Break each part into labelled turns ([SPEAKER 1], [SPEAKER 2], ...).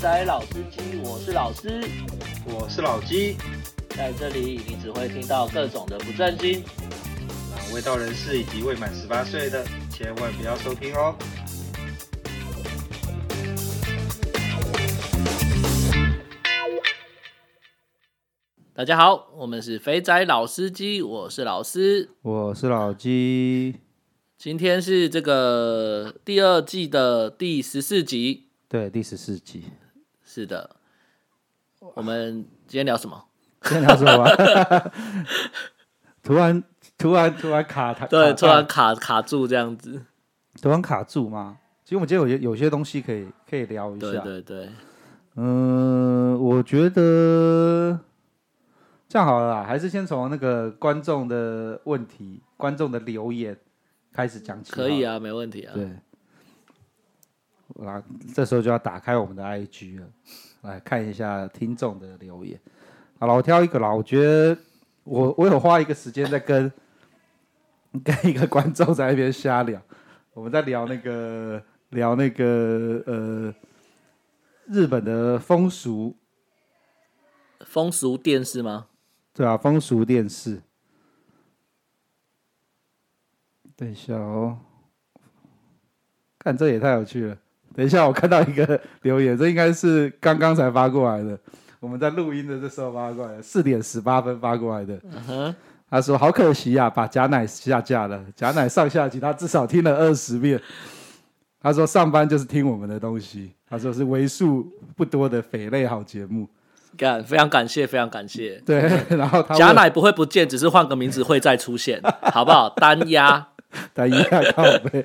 [SPEAKER 1] 仔老司机，我是老师，
[SPEAKER 2] 我是老鸡，
[SPEAKER 1] 在这里你只会听到各种的不正经。
[SPEAKER 2] 啊，未到人士以及未满十八岁的，千万不要收听哦。
[SPEAKER 1] 大家好，我们是肥仔老司机，我是老师。
[SPEAKER 2] 我是老鸡，
[SPEAKER 1] 今天是这个第二季的第十四集，
[SPEAKER 2] 对，第十四集，
[SPEAKER 1] 是的。我们今天聊什么？
[SPEAKER 2] 今天聊什么啊？ 突然，突然，突然卡台，
[SPEAKER 1] 对，
[SPEAKER 2] 卡
[SPEAKER 1] 突然卡卡住这样子。
[SPEAKER 2] 突然卡住吗？其实我们今天有些有些东西可以可以聊一
[SPEAKER 1] 对
[SPEAKER 2] 下。
[SPEAKER 1] 对对，
[SPEAKER 2] 嗯、我觉得这样好了啦，还是先从那个观众的问题、观众的留言开始讲起。
[SPEAKER 1] 可以
[SPEAKER 2] 啊，
[SPEAKER 1] 啊，没问题啊。
[SPEAKER 2] 对。那这时候就要打开我们的 IG 了，来看一下听众的留言。好了，我挑一个啦，我觉得我我有花一个时间在跟跟一个观众在那边瞎聊，我们在聊那个聊那个呃日本的风俗
[SPEAKER 1] 风俗电视吗？
[SPEAKER 2] 对啊，风俗电视。等一下哦，看这也太有趣了。等一下，我看到一个留言，这应该是刚刚才发过来的，我们在录音的这时候发过来的，四点十八分发过来的。
[SPEAKER 1] 嗯哼，
[SPEAKER 2] 他说：“好可惜呀、把假奶下架了。假奶上下集他至少听了二十遍。”他说：“上班就是听我们的东西。”他说：“是为数不多的匪类好节目。
[SPEAKER 1] 感非常感谢，非常感谢”。
[SPEAKER 2] 对， 然后他问
[SPEAKER 1] 假奶不会不见，只是换个名字会再出现，好不好？单压
[SPEAKER 2] 单一下靠背，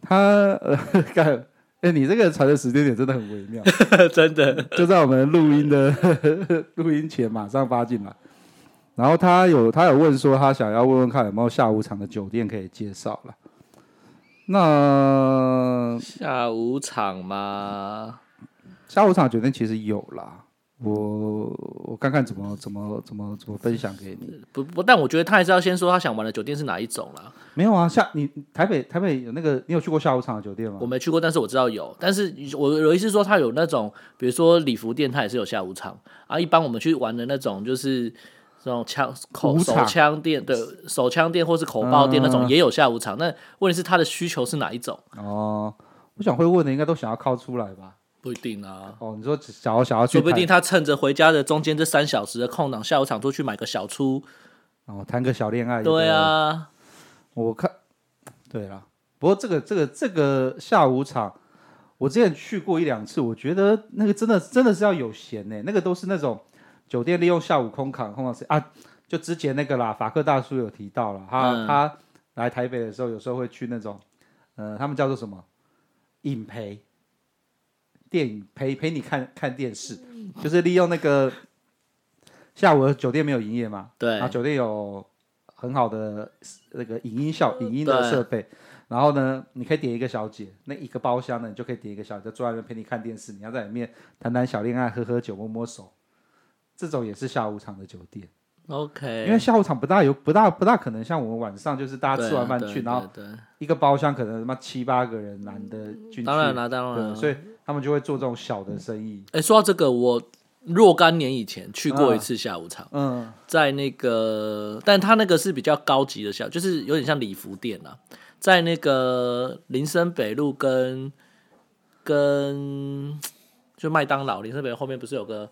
[SPEAKER 2] 他呃 干，哎、你这个传的时间点真的很微妙，
[SPEAKER 1] 真的
[SPEAKER 2] 就在我们录音的 录音前马上发进来。然后他有他有问说，他想要问问看有没有下午场的酒店可以介绍了。那
[SPEAKER 1] 下午场吗？
[SPEAKER 2] 下午场酒店其实有啦，我我看看怎么怎么怎么怎么分享给你。
[SPEAKER 1] 不不，但我觉得他还是要先说他想玩的酒店是哪一种啦。
[SPEAKER 2] 没有啊，下你台北台北有那个，你有去过下午场的酒店吗
[SPEAKER 1] 我？没去过，但是我知道有。但是我有意思说，他有那种，比如说礼服店，他也是有下午场啊。一般我们去玩的那种，就是那种枪口
[SPEAKER 2] 舞
[SPEAKER 1] 手
[SPEAKER 2] 场
[SPEAKER 1] 枪店，对手枪店或是口爆店那种
[SPEAKER 2] 嗯
[SPEAKER 1] 也有下午场。那问题是他的需求是哪一种？
[SPEAKER 2] 哦，我想会问的应该都想要靠出来吧。
[SPEAKER 1] 不一定啊。
[SPEAKER 2] 哦，你说想要想要去
[SPEAKER 1] 说不
[SPEAKER 2] 谈
[SPEAKER 1] 定他趁着回家的中间这三小时的空档，下午场出去买个小出，
[SPEAKER 2] 哦谈个小恋爱，
[SPEAKER 1] 对，啊，
[SPEAKER 2] 我看对啦。不过这个这个这个下午场，我之前去过一两次，我觉得那个真的真的是要有闲呢、那个都是那种酒店利用下午空场空档时间啊，就之前那个啦，法克大叔有提到了，他、
[SPEAKER 1] 嗯
[SPEAKER 2] 他来台北的时候，有时候会去那种，呃，他们叫做什么影陪。电影陪陪你看看电视，
[SPEAKER 1] 嗯
[SPEAKER 2] 就是利用那个下午的酒店没有营业嘛，
[SPEAKER 1] 对
[SPEAKER 2] 然后酒店有很好的呃那个影音效、影音
[SPEAKER 1] 嗯对
[SPEAKER 2] 的设备。然后呢，你可以点一个小姐，那一个包厢呢，你就可以点一个小姐，就坐在那边陪你看电视，你要在里面谈谈小恋爱、喝喝酒、摸摸手，这种也是下午场的酒店。因为
[SPEAKER 1] OK，
[SPEAKER 2] 下午场不大有不大不大可能像我们晚上就是大家吃完饭
[SPEAKER 1] 对啊
[SPEAKER 2] 去，
[SPEAKER 1] 对
[SPEAKER 2] 然后
[SPEAKER 1] 对对
[SPEAKER 2] 一个包厢可能他妈七八个人男的进去，
[SPEAKER 1] 当然啦，当然
[SPEAKER 2] 对，
[SPEAKER 1] 啦。
[SPEAKER 2] 所以他们就会做这种小的生意。
[SPEAKER 1] 哎、说到这个，我若干年以前去过一次下午场，
[SPEAKER 2] 嗯，
[SPEAKER 1] 在那个，但他那个是比较高级的下，就是有点像礼服店啊，在那个林森北路跟跟就麦当劳林森北路后面不是有个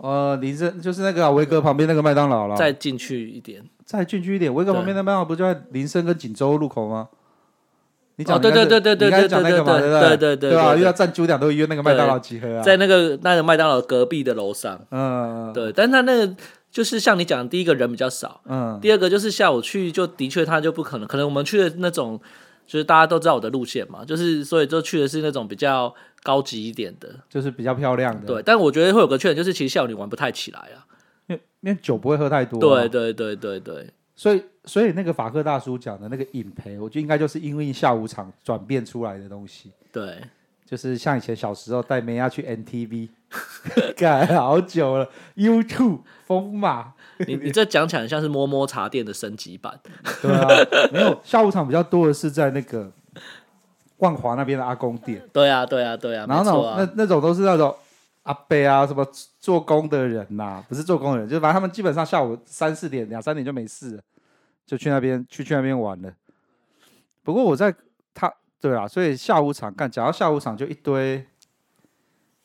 [SPEAKER 2] 呃，林森就是那个啊维、格旁边那个麦当劳了，
[SPEAKER 1] 再进去一点，
[SPEAKER 2] 再进去一点，维格旁边的麦当劳不就在林森跟锦州路口吗？你讲
[SPEAKER 1] 哦对
[SPEAKER 2] 你刚才
[SPEAKER 1] 对对对
[SPEAKER 2] 你刚才讲那个嘛，
[SPEAKER 1] 对
[SPEAKER 2] 不
[SPEAKER 1] 对
[SPEAKER 2] 对？
[SPEAKER 1] 对对
[SPEAKER 2] 对吧？
[SPEAKER 1] 对
[SPEAKER 2] 又要站九点都约那个麦当劳集合啊。
[SPEAKER 1] 在那个那个麦当劳隔壁的楼上，
[SPEAKER 2] 嗯
[SPEAKER 1] 对，但他那个就是像你讲的，第一个人比较少，
[SPEAKER 2] 嗯，
[SPEAKER 1] 第二个就是下午去，就的确他就不可能，可能我们去的那种，就是大家都知道我的路线嘛，就是所以就去的是那种比较高级一点的，
[SPEAKER 2] 就是比较漂亮的。
[SPEAKER 1] 对。但我觉得会有个缺点，就是其实下午你玩不太起来啊。
[SPEAKER 2] 因为因为酒不会喝太多。啊
[SPEAKER 1] 对，对对对对，
[SPEAKER 2] 所以所以那个法克大叔讲的那个饮陪，我觉得应该就是因为下午场转变出来的东西。
[SPEAKER 1] 对，
[SPEAKER 2] 就是像以前小时候带梅亚去 NTV，干好久了，YouTube 疯马，
[SPEAKER 1] 你你这讲起来很像是摸摸茶店的升级版，
[SPEAKER 2] 对啊，没有下午场比较多的是在那个万华那边的阿公店，
[SPEAKER 1] 对啊对啊对啊，
[SPEAKER 2] 然
[SPEAKER 1] 没
[SPEAKER 2] 后那
[SPEAKER 1] 错
[SPEAKER 2] 种、
[SPEAKER 1] 啊，
[SPEAKER 2] 那那种都是那种阿伯啊，什么做工的人呐、不是做工的人，就是反正他们基本上下午三四点、两三点就没事了，就去那边去去那边玩了。不过我在他对啊，所以下午场干，讲到下午场就一堆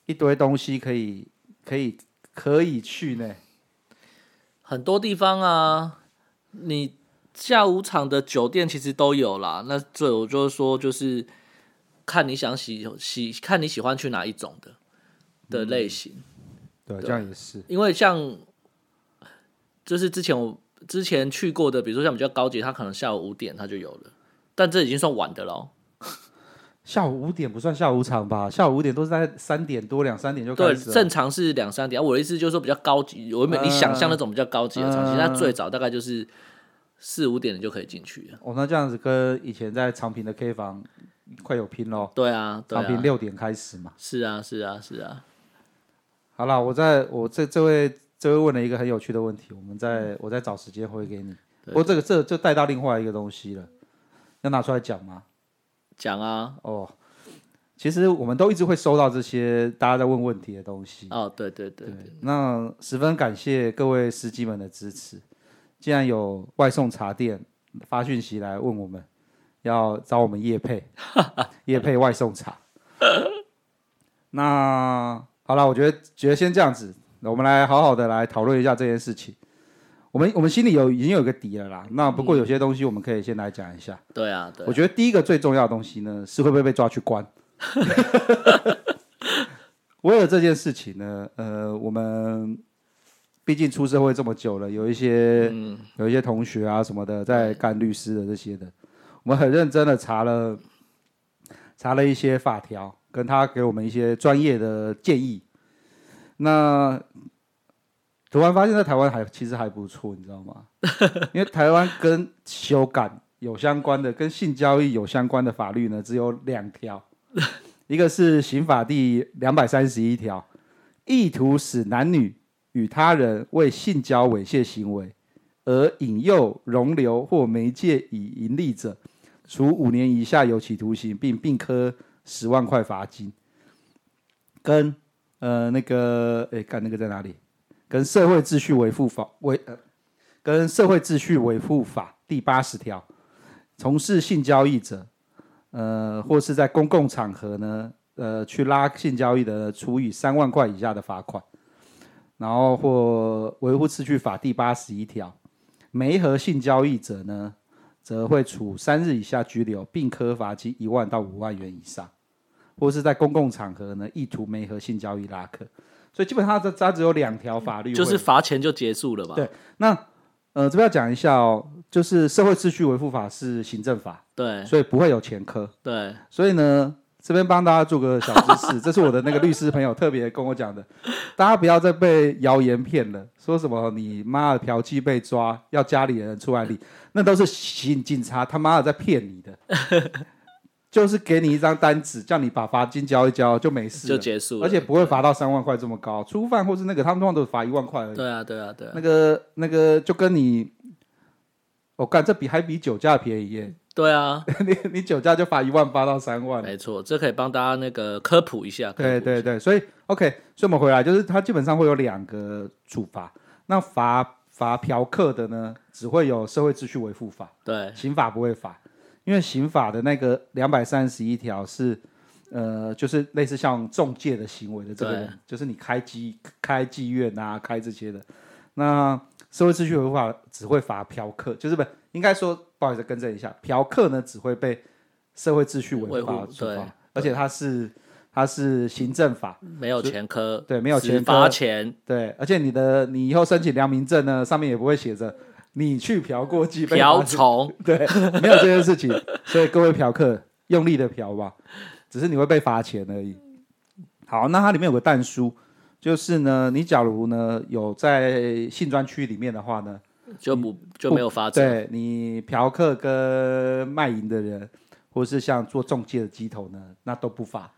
[SPEAKER 2] 一堆东西可以可以可以去呢。
[SPEAKER 1] 很多地方啊，你下午场的酒店其实都有啦。那最我就是说，就是看你想喜喜看你喜欢去哪一种的的
[SPEAKER 2] 嗯
[SPEAKER 1] 类型，
[SPEAKER 2] 对，啊这样也是。
[SPEAKER 1] 因为像就是之前我之前去过的，比如说像比较高级，它可能下午五点它就有了，但这已经算晚的喽。
[SPEAKER 2] 下午五点不算下午场吧？下午五点都是在三点多、两三点就
[SPEAKER 1] 对，
[SPEAKER 2] 开始了。
[SPEAKER 1] 正常是两三点。啊我的意思就是说比较高级，我没你想象那种比较高级的场景，
[SPEAKER 2] 嗯
[SPEAKER 1] 它最早大概就是四五点你就可以进去了。
[SPEAKER 2] 哦，那这样子跟以前在长平的 K 房快有拼喽。
[SPEAKER 1] 对啊，对
[SPEAKER 2] 长平
[SPEAKER 1] 啊，
[SPEAKER 2] 六点开始嘛。
[SPEAKER 1] 是啊，是啊，是啊。
[SPEAKER 2] 好啦，我在我这这位这位问了一个很有趣的问题，我们
[SPEAKER 1] 嗯
[SPEAKER 2] 再我再找时间回给你。不过这个这就带到另外一个东西了，要拿出来讲吗？
[SPEAKER 1] 讲啊，
[SPEAKER 2] 哦，其实我们都一直会收到这些大家在问问题的东西。
[SPEAKER 1] 哦，对对对，
[SPEAKER 2] 那十分感谢各位司机们的支持。既然有外送茶店发讯息来问我们，要找我们叶配，叶配外送茶。那好了，我觉得觉得先这样子，我们来好好的来讨论一下这件事情。我们我们心里有已经有个底了啦。那不过有些东西我们可以先来讲一下。
[SPEAKER 1] 对啊，对啊
[SPEAKER 2] 我觉得第一个最重要的东西呢，是会不会被抓去关。 为了这件事情呢，呃，我们毕竟出社会这么久了，有一些、有一些同学啊什么的在干律师的这些的，我们很认真的查了查了一些法条，跟他给我们一些专业的建议。那突然发现，在台湾还其实还不错，你知道吗？因为台湾跟修改有相关的、跟性交易有相关的法律呢，只有两条，一个是刑法第两百三十一条，意图使男女与他人为性交猥亵行为而引诱、容留或媒介以盈利者，处五年以下有期徒刑，并并科十万块罚金。跟呃那个诶，看那个在哪里？跟社会秩序维护法维跟《社会秩序维护法》第八十条，从事性交易者，呃，或是在公共场合呢，呃，去拉性交易的，处以三万块以下的罚款。然后或维护秩序法第八十一条，媒合性交易者呢，则会处三日以下拘留，并科罚金一万到五万元以上，或是在公共场合呢，意图媒合性交易拉客。所以基本上这它只有两条法律，
[SPEAKER 1] 就是罚钱就结束了吧？
[SPEAKER 2] 对那呃，这边要讲一下哦，就是社会秩序维护法是行政法，
[SPEAKER 1] 对
[SPEAKER 2] 所以不会有前科。
[SPEAKER 1] 对
[SPEAKER 2] 所以呢，这边帮大家做个小知识，这是我的那个律师朋友特别跟我讲的，大家不要再被谣言骗了，说什么你妈的嫖妓被抓，要家里人出来理，那都是警警察他妈的在骗你的，就是给你一张单子，叫你把罚金交一交就没事
[SPEAKER 1] 就
[SPEAKER 2] 了，
[SPEAKER 1] 结束了。
[SPEAKER 2] 啊而且不会罚到三万块这么高，初犯或是那个他们通常都罚一万块而已。
[SPEAKER 1] 对啊，对啊，对啊，
[SPEAKER 2] 那个那个就跟你，我、干这比还比酒驾便宜耶！
[SPEAKER 1] 对啊，
[SPEAKER 2] 你你酒驾就罚一万八到三万。
[SPEAKER 1] 没错，这可以帮大家那个科普一下。
[SPEAKER 2] 哎对
[SPEAKER 1] 科普一
[SPEAKER 2] 对
[SPEAKER 1] 下，
[SPEAKER 2] 对，所以 OK，所以我们回来就是它基本上会有两个处罚，那罚罚嫖客的呢，只会有社会秩序维护法，
[SPEAKER 1] 对
[SPEAKER 2] 刑法不会罚，因为刑法的那个两百三十一条是，呃，就是类似像中介的行为的这个
[SPEAKER 1] 对
[SPEAKER 2] 人，就是你开妓开妓院啊，开这些的。那社会秩序维护法只会罚嫖客，就是不应该说不好意思更正一下，嫖客呢只会被社会秩序维护
[SPEAKER 1] 维
[SPEAKER 2] 法
[SPEAKER 1] 护
[SPEAKER 2] 处
[SPEAKER 1] 对
[SPEAKER 2] 罚，而且它是它是行政法，
[SPEAKER 1] 没有前科，
[SPEAKER 2] 对没有
[SPEAKER 1] 只
[SPEAKER 2] 前科
[SPEAKER 1] 罚钱，
[SPEAKER 2] 对，而且你的你以后申请良民证呢，上面也不会写着你去嫖过妓被
[SPEAKER 1] 瓢
[SPEAKER 2] 罚钱
[SPEAKER 1] 虫，
[SPEAKER 2] 对，没有这件事情，所以各位嫖客用力的嫖吧，只是你会被罚钱而已。好，那它里面有个弹书，就是呢，你假如呢有在性专区里面的话呢，
[SPEAKER 1] 就不就没有罚钱。
[SPEAKER 2] 嗯对你嫖客跟卖淫的人，或是像做中介的鸡头呢，那都不罚。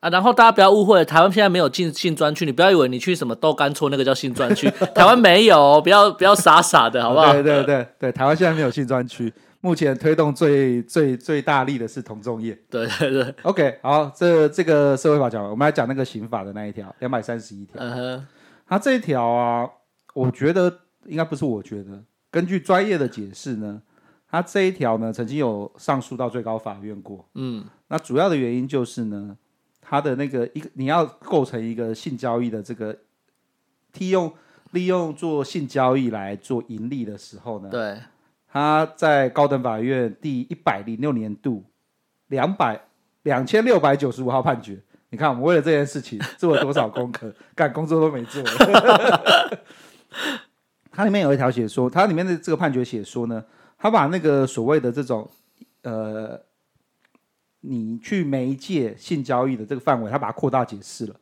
[SPEAKER 1] 啊，然后大家不要误会，台湾现在没有进性专区，你不要以为你去什么豆干村那个叫性 专区，台湾没有哦，不要不要傻傻的好不好？
[SPEAKER 2] 对对对对，台湾现在没有性专区，目前推动最最最大力的是同众业。
[SPEAKER 1] 对对对，
[SPEAKER 2] OK，好，这这个社会法讲完，我们来讲那个刑法的那一条，两百三十一条。
[SPEAKER 1] 嗯哼，
[SPEAKER 2] 它这一条啊，我觉得应该不是，我觉得根据专业的解释呢，它这一条呢曾经有上诉到最高法院过。
[SPEAKER 1] 嗯，
[SPEAKER 2] 那主要的原因就是呢，它的那个一个你要构成一个性交易的这个，利用利用做性交易来做盈利的时候呢，
[SPEAKER 1] 对，
[SPEAKER 2] 他在高等法院第一百零六年度两百两千六百九十五号判决。你看，我们为了这件事情做了多少功课， 干工作都没做。 它里面有一条写说，它里面的这个判决写说呢，他把那个所谓的这种呃，你去媒介性交易的这个范围，他把它扩大解释了。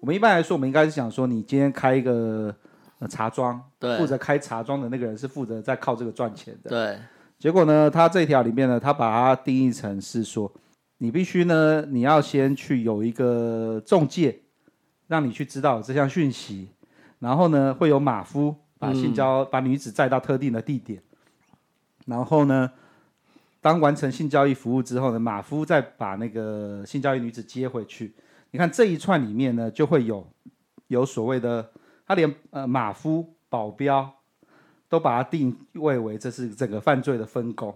[SPEAKER 2] 我们一般来说，我们应该是想说，你今天开一个、呃、茶庄，
[SPEAKER 1] 对
[SPEAKER 2] 负责开茶庄的那个人是负责在靠这个赚钱的。
[SPEAKER 1] 对，
[SPEAKER 2] 结果呢，他这条里面呢，他把它定义成是说，你必须呢，你要先去有一个中介，让你去知道这项讯息，然后呢，会有马夫把性交、把女子载到特定的地点，然后呢，当完成性交易服务之后呢，马夫再把那个性交易女子接回去。你看这一串里面呢，就会有有所谓的，他连呃马夫、保镖都把它定位为这是这个犯罪的分工，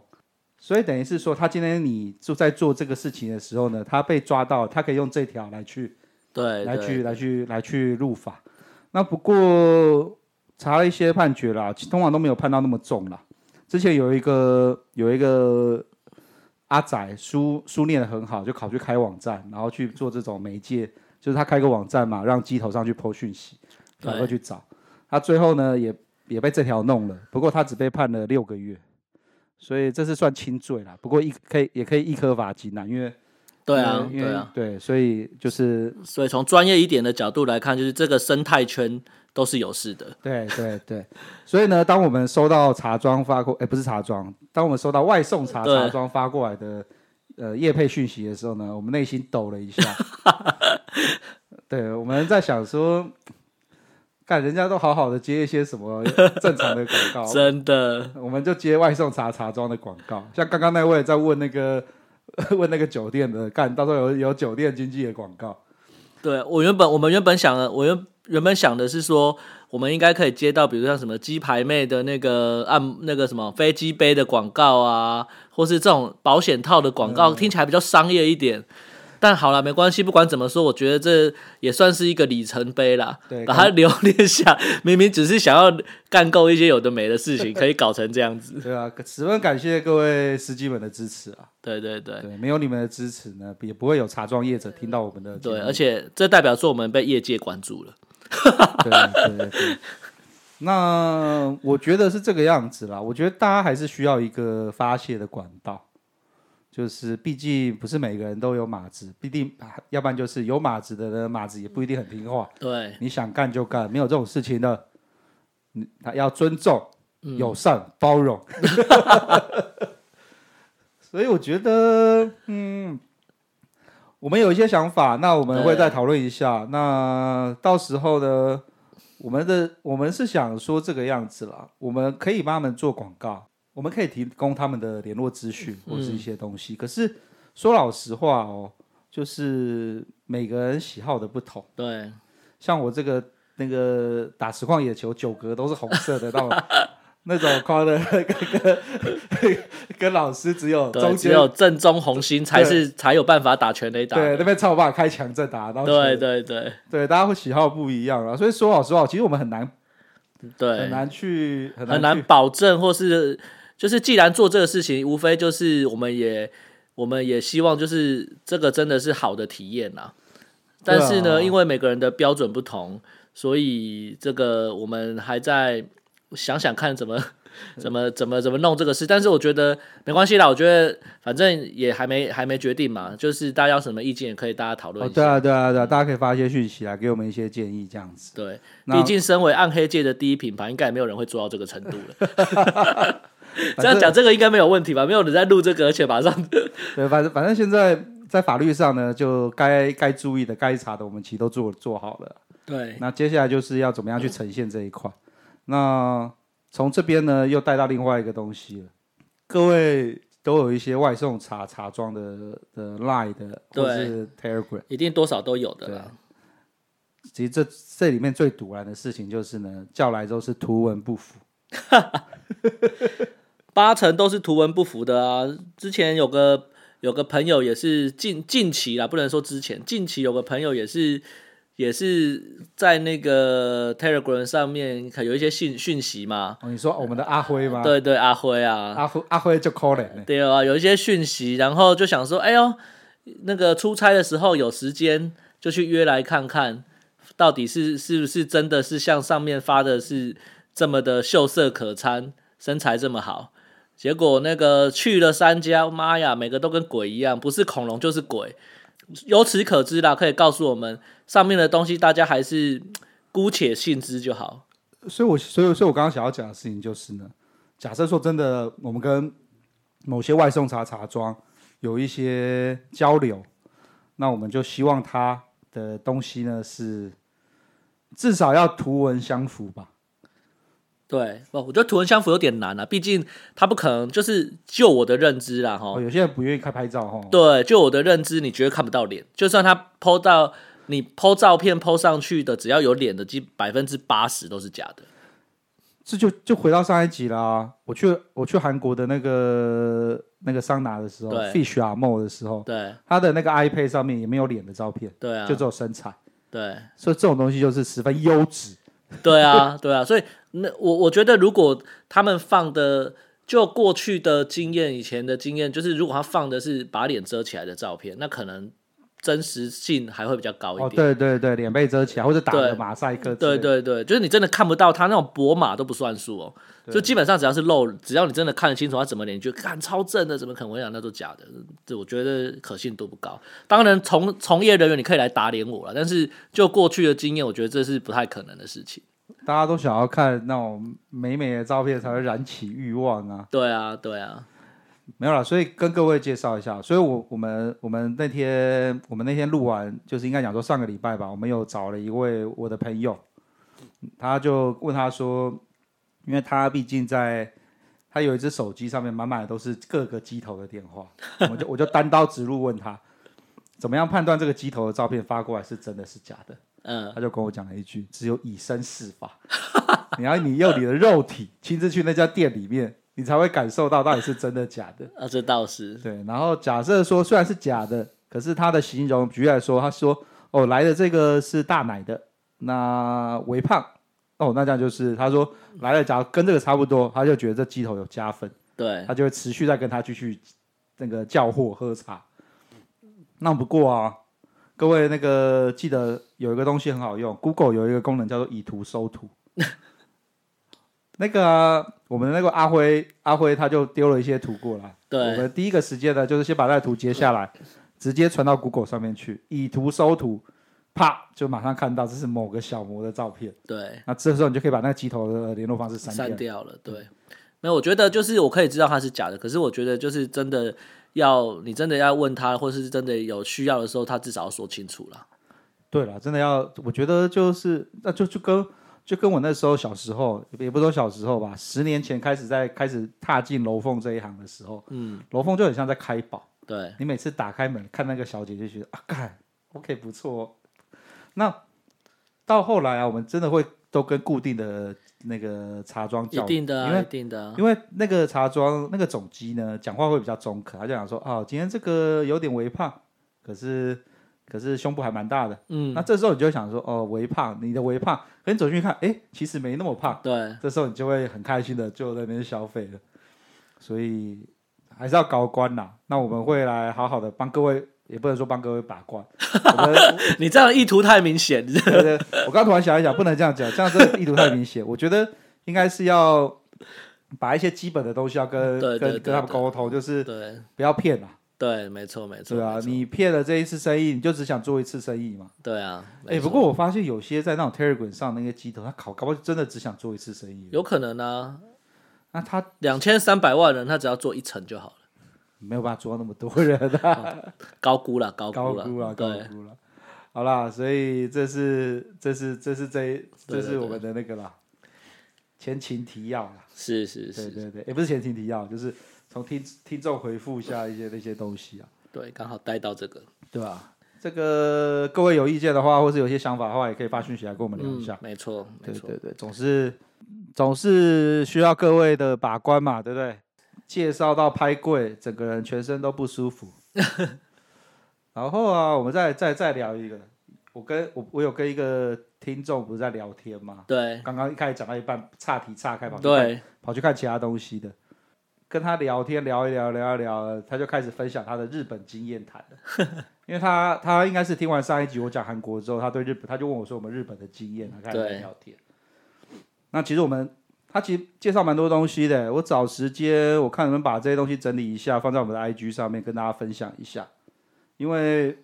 [SPEAKER 2] 所以等于是说，他今天你就在做这个事情的时候呢，他被抓到，他可以用这条来去
[SPEAKER 1] 对，
[SPEAKER 2] 来
[SPEAKER 1] 对
[SPEAKER 2] 去来去来去入法。那不过查了一些判决啦，其通常都没有判到那么重啦。之前有一个有一个阿仔书书念的很好，就考去开网站，然后去做这种媒介，就是他开个网站嘛，让机头上去抛讯息，
[SPEAKER 1] 对
[SPEAKER 2] 然后去找。他最后呢也也被这条弄了，不过他只被判了六个月。所以这是算轻罪啦，不过一可以也可以一颗罚金啦，因为
[SPEAKER 1] 对啊，
[SPEAKER 2] 因为
[SPEAKER 1] 对啊，
[SPEAKER 2] 对，所以就是
[SPEAKER 1] 所以从专业一点的角度来看，就是这个生态圈都是有事的。
[SPEAKER 2] 对对对，所以呢，当我们收到茶庄发过，哎，不是茶庄，当我们收到外送茶
[SPEAKER 1] 对
[SPEAKER 2] 茶庄发过来的呃业配讯息的时候呢，我们内心抖了一 下。对，我们在想说，看人家都好好的接一些什么正常的广告，
[SPEAKER 1] 真的，
[SPEAKER 2] 我们就接外送茶茶庄的广告。像刚刚那位在问那个 问那个酒店的，干到时候有有酒店经济的广告，
[SPEAKER 1] 对我原本我们原本想的，我原原本想的是说，我们应该可以接到，比如像什么鸡排妹的那个按那个什么飞机杯的广告啊，或是这种保险套的广告，听起来比较商业一点。但好了，没关系，不管怎么说，我觉得这也算是一个里程碑啦。
[SPEAKER 2] 对
[SPEAKER 1] 把它留念下， 明明只是想要干够一些有的没的事情，可以搞成这样子。
[SPEAKER 2] 对啊，十分感谢各位司机们的支持啊。
[SPEAKER 1] 对对对。
[SPEAKER 2] 对，没有你们的支持呢，也不会有茶庄业者听到我们的节目。
[SPEAKER 1] 对，而且这代表说我们被业界关注了。
[SPEAKER 2] 对对对。那我觉得是这个样子啦。我觉得大家还是需要一个发泄的管道，就是毕竟不是每个人都有马子，必定要不然就是有马子的人马子也不一定很听话，
[SPEAKER 1] 对，
[SPEAKER 2] 你想干就干，没有这种事情的，你他要尊重、
[SPEAKER 1] 嗯
[SPEAKER 2] 友善、包容。 所以我觉得，嗯，我们有一些想法，那我们会
[SPEAKER 1] 对
[SPEAKER 2] 再讨论一下。那到时候呢，我们的我们是想说这个样子啦，我们可以帮他们做广告，我们可以提供他们的联络资讯
[SPEAKER 1] 嗯
[SPEAKER 2] 或是一些东西。可是说老实话哦，就是每个人喜好的不同。
[SPEAKER 1] 对，
[SPEAKER 2] 像我这个那个打实况野球，九格都是红色的那种那种框的，跟跟跟老师只有中
[SPEAKER 1] 对，只
[SPEAKER 2] 间
[SPEAKER 1] 有正宗红心才是才有办法打全垒打。
[SPEAKER 2] 对那边超霸开强阵打，然后
[SPEAKER 1] 对对对
[SPEAKER 2] 对大家会喜好不一样啊，所以说老实话，其实我们很难很
[SPEAKER 1] 对，
[SPEAKER 2] 难去很
[SPEAKER 1] 很
[SPEAKER 2] 难
[SPEAKER 1] 难
[SPEAKER 2] 去
[SPEAKER 1] 保证，或是就是既然做这个事情，无非就是我们也我们也希望就是这个真的是好的体验啦。但是
[SPEAKER 2] 对啊
[SPEAKER 1] 呢，因为每个人的标准不同，所以这个我们还在想想看 怎么怎么怎么怎么弄这个事。但是我觉得没关系啦，我觉得反正也还没还没决定嘛，就是大家有什么意见也可以大家讨论
[SPEAKER 2] 哦，
[SPEAKER 1] 一下。
[SPEAKER 2] 对啊对啊对啊，大家可以发一些讯息啊来给我们一些建议这样子。
[SPEAKER 1] 对，
[SPEAKER 2] 那
[SPEAKER 1] 毕竟身为暗黑界的第一品牌，应该也没有人会做到这个程度了。 这
[SPEAKER 2] 反
[SPEAKER 1] 样
[SPEAKER 2] 正
[SPEAKER 1] 讲，这个应该没有问题吧？没有人在录这个，而且马上
[SPEAKER 2] 对，反正反正现在在法律上呢，就该该注意的、该查的，我们其实都做做好了。
[SPEAKER 1] 对
[SPEAKER 2] 那接下来就是要怎么样去呈现这一块。那从这边呢，又带到另外一个东西了。各位都有一些外送茶茶庄的的 Line 的或
[SPEAKER 1] 对
[SPEAKER 2] 是 Telegram。
[SPEAKER 1] 一定多少都有的
[SPEAKER 2] 对
[SPEAKER 1] 啦
[SPEAKER 2] 啊。其实这这里面最堵然的事情就是呢，叫来之后是图文不符。
[SPEAKER 1] 八成都是图文不符的啊。之前有个有个朋友也是近近期啦，不能说之前，近期有个朋友也是也是在那个 Telegram 上面看有一些讯讯息嘛，
[SPEAKER 2] 哦，你说我们的阿辉吗？，
[SPEAKER 1] 对对，阿辉啊，
[SPEAKER 2] 阿辉阿辉就可怜呢。
[SPEAKER 1] 对啊，有一些讯息，然后就想说，哎呦，那个出差的时候有时间就去约来看看，到底是是不是真的是像上面发的是这么的秀色可餐，身材这么好。结果那个去了三家，妈呀，每个都跟鬼一样，不是恐龙就是鬼。由此可知啦，可以告诉我们上面的东西，大家还是嗯姑且信之就好。
[SPEAKER 2] 所以我所以所以我刚刚想要讲的事情就是呢，假设说真的，我们跟某些外送茶茶庄有一些交流，那我们就希望他的东西呢是至少要图文相符吧。
[SPEAKER 1] 对，不，我觉得图文相符有点难啊，毕竟他不可能就是就我的认知啦，哈、
[SPEAKER 2] 哦，有些人不愿意开拍照哈。
[SPEAKER 1] 对，就我的认知，你绝对看不到脸。就算他 PO 到你 PO 照片 PO 上去的，只要有脸的，基百分之八十都是假的。
[SPEAKER 2] 这就就回到上一集啦。我去我去韩国的那个那个桑拿的时候
[SPEAKER 1] 对
[SPEAKER 2] ，Fish 阿莫的时候，
[SPEAKER 1] 对
[SPEAKER 2] 他的那个 iPad 上面也没有脸的照片，
[SPEAKER 1] 对啊
[SPEAKER 2] 就，只有身材，
[SPEAKER 1] 对
[SPEAKER 2] 所以这种东西就是十分优质。
[SPEAKER 1] 对啊，对啊。所以那我我觉得，如果他们放的就过去的经验，以前的经验，就是如果他放的是把脸遮起来的照片，那可能真实性还会比较高
[SPEAKER 2] 哦，
[SPEAKER 1] 一点。
[SPEAKER 2] 对对对，脸被遮起来或者打
[SPEAKER 1] 对
[SPEAKER 2] 了马赛克之类
[SPEAKER 1] 对
[SPEAKER 2] 的，
[SPEAKER 1] 对对，就是你真的看不到他那种薄码都不算数哦，就基本上只要是露，只要你真的看得清楚他怎么脸，你就看超正的，怎么可能会讲那都假的？这我觉得可信度不高。当然从，从业人员你可以来打脸我了，但是就过去的经验，我觉得这是不太可能的事情。
[SPEAKER 2] 大家都想要看那种美美的照片才会燃起欲望啊。
[SPEAKER 1] 对啊，对啊，
[SPEAKER 2] 没有啦，所以跟各位介绍一下，所以我我们我们那天我们那天录完，就是应该讲说上个礼拜吧，我们有找了一位我的朋友，他就问他说，因为他毕竟在他有一只手机上面满满的都是各个机头的电 话，我就我就单刀直入问他，怎么样判断这个机头的照片发过来是真的是假的？
[SPEAKER 1] 嗯，
[SPEAKER 2] 他就跟我讲了一句，只有以身试法， 你要你用你的肉体亲自去那家店里面，你才会感受到到底是真的假的。
[SPEAKER 1] 啊，这倒是，
[SPEAKER 2] 对，然后假设说虽然是假的，可是他的形容，举例来说，他说哦来的这个是大奶的，那微胖，哦那这样就是他说来了，假如跟这个差不多，他就觉得这鸡头有加分，
[SPEAKER 1] 对
[SPEAKER 2] 他就会持续在跟他继续那个叫货喝茶。那不过啊，各位那个记得有一个东西很好用，Google 有一个功能叫做以图搜 图。那个啊、我们的那个阿辉，阿辉他就丢了一些图过来。我
[SPEAKER 1] 对
[SPEAKER 2] 们第一个时间呢，就是先把那个图截下来，直接传到 Google 上面去，以图搜图，啪就马上看到这是某个小模的照片。
[SPEAKER 1] 对，
[SPEAKER 2] 那这时候你就可以把那个鸡头的联络方式删
[SPEAKER 1] 删
[SPEAKER 2] 掉。
[SPEAKER 1] 掉了，对。没有，我觉得就是我可以知道他是假的，可是我觉得就是真的要你真的要问他，或是真的有需要的时候，他至少要说清楚啦。
[SPEAKER 2] 对了，真的要，我觉得就是那就就跟就跟我那时候小时候，也不是说小时候吧，十年前开始在开始踏进楼凤这一行的时候，嗯，楼凤就很像在开宝。
[SPEAKER 1] 对
[SPEAKER 2] 你每次打开门看那个小姐，就觉得啊，干，OK，不错、哦。那到后来啊，我们真的会都跟固定的那个茶庄
[SPEAKER 1] 一
[SPEAKER 2] 叫，
[SPEAKER 1] 定的、啊，
[SPEAKER 2] 因
[SPEAKER 1] 一
[SPEAKER 2] 为
[SPEAKER 1] 定的、啊。
[SPEAKER 2] 因为那个茶庄那个总机呢，讲话会比较中肯，他就讲说，哦，今天这个有点微胖，可是可是胸部还蛮大的。
[SPEAKER 1] 嗯，
[SPEAKER 2] 那这时候你就会想说，哦，微胖，你的微胖，可你走进去看，哎，其实没那么胖。
[SPEAKER 1] 对
[SPEAKER 2] 这时候你就会很开心的就在那边消费了，所以还是要高官啦。那我们会来好好的帮各位，也不能说帮各位把关。我们
[SPEAKER 1] 你这样意图太明显，
[SPEAKER 2] 对 对，我刚突然想一想，不能这样讲，这样真的意图太明显。 我觉得应该是要把一些基本的东西要跟
[SPEAKER 1] 嗯对对对
[SPEAKER 2] 跟跟他们
[SPEAKER 1] 对
[SPEAKER 2] 沟通，就是
[SPEAKER 1] 对
[SPEAKER 2] 不要骗啦，
[SPEAKER 1] 对，没错没错，
[SPEAKER 2] 对啊
[SPEAKER 1] 没，错
[SPEAKER 2] 你骗了这一次生意，你就只想做一次生意嘛。
[SPEAKER 1] 对啊，
[SPEAKER 2] 哎、
[SPEAKER 1] 没
[SPEAKER 2] 不
[SPEAKER 1] 错
[SPEAKER 2] 过我发现有些在那种 Telegram 上那些鸡头，他考搞不好真的只想做一次生意。
[SPEAKER 1] 有可能啊，
[SPEAKER 2] 那他
[SPEAKER 1] 两千三百万人他只要做一层就好了，
[SPEAKER 2] 没有办法做到那么多人啊。
[SPEAKER 1] 高估了高
[SPEAKER 2] 高
[SPEAKER 1] 估
[SPEAKER 2] 估了，
[SPEAKER 1] 了，
[SPEAKER 2] 高
[SPEAKER 1] 对
[SPEAKER 2] 估了。好啦，所以这是这是这是这
[SPEAKER 1] 对对
[SPEAKER 2] 这是我们的那个啦，前情提要啦，
[SPEAKER 1] 是是
[SPEAKER 2] 对
[SPEAKER 1] 是，
[SPEAKER 2] 对对，也不是前情提要，就是从听听众回复下一些那些东西啊，
[SPEAKER 1] 对，刚好带到这个，
[SPEAKER 2] 对吧、这个各位有意见的话，或是有些想法的话，也可以发讯息来跟我们聊一
[SPEAKER 1] 嗯
[SPEAKER 2] 下。，
[SPEAKER 1] 没错，没
[SPEAKER 2] 对
[SPEAKER 1] 错，
[SPEAKER 2] 对对，总是总是需要各位的把关嘛，对不对？介绍到拍柜，整个人全身都不 舒服。然后啊，我们再再再聊一个，我跟我我有跟一个听众不是在聊天吗？
[SPEAKER 1] 对
[SPEAKER 2] 刚刚一开始讲到一半，岔题岔开跑去看
[SPEAKER 1] 对，
[SPEAKER 2] 跑去看其他东西的，跟他聊天聊一聊聊一聊，他就开始分享他的日本经验谈了。 因为他他应该是听完上一集我讲韩国之后，他对日本他就问我说我们日本的经验，他开始
[SPEAKER 1] 对
[SPEAKER 2] 聊天。那其实我们他其实介绍蛮多东西的，我找时间我看能不能把这些东西整理一下，放在我们的 IG 上面跟大家分享一下。因为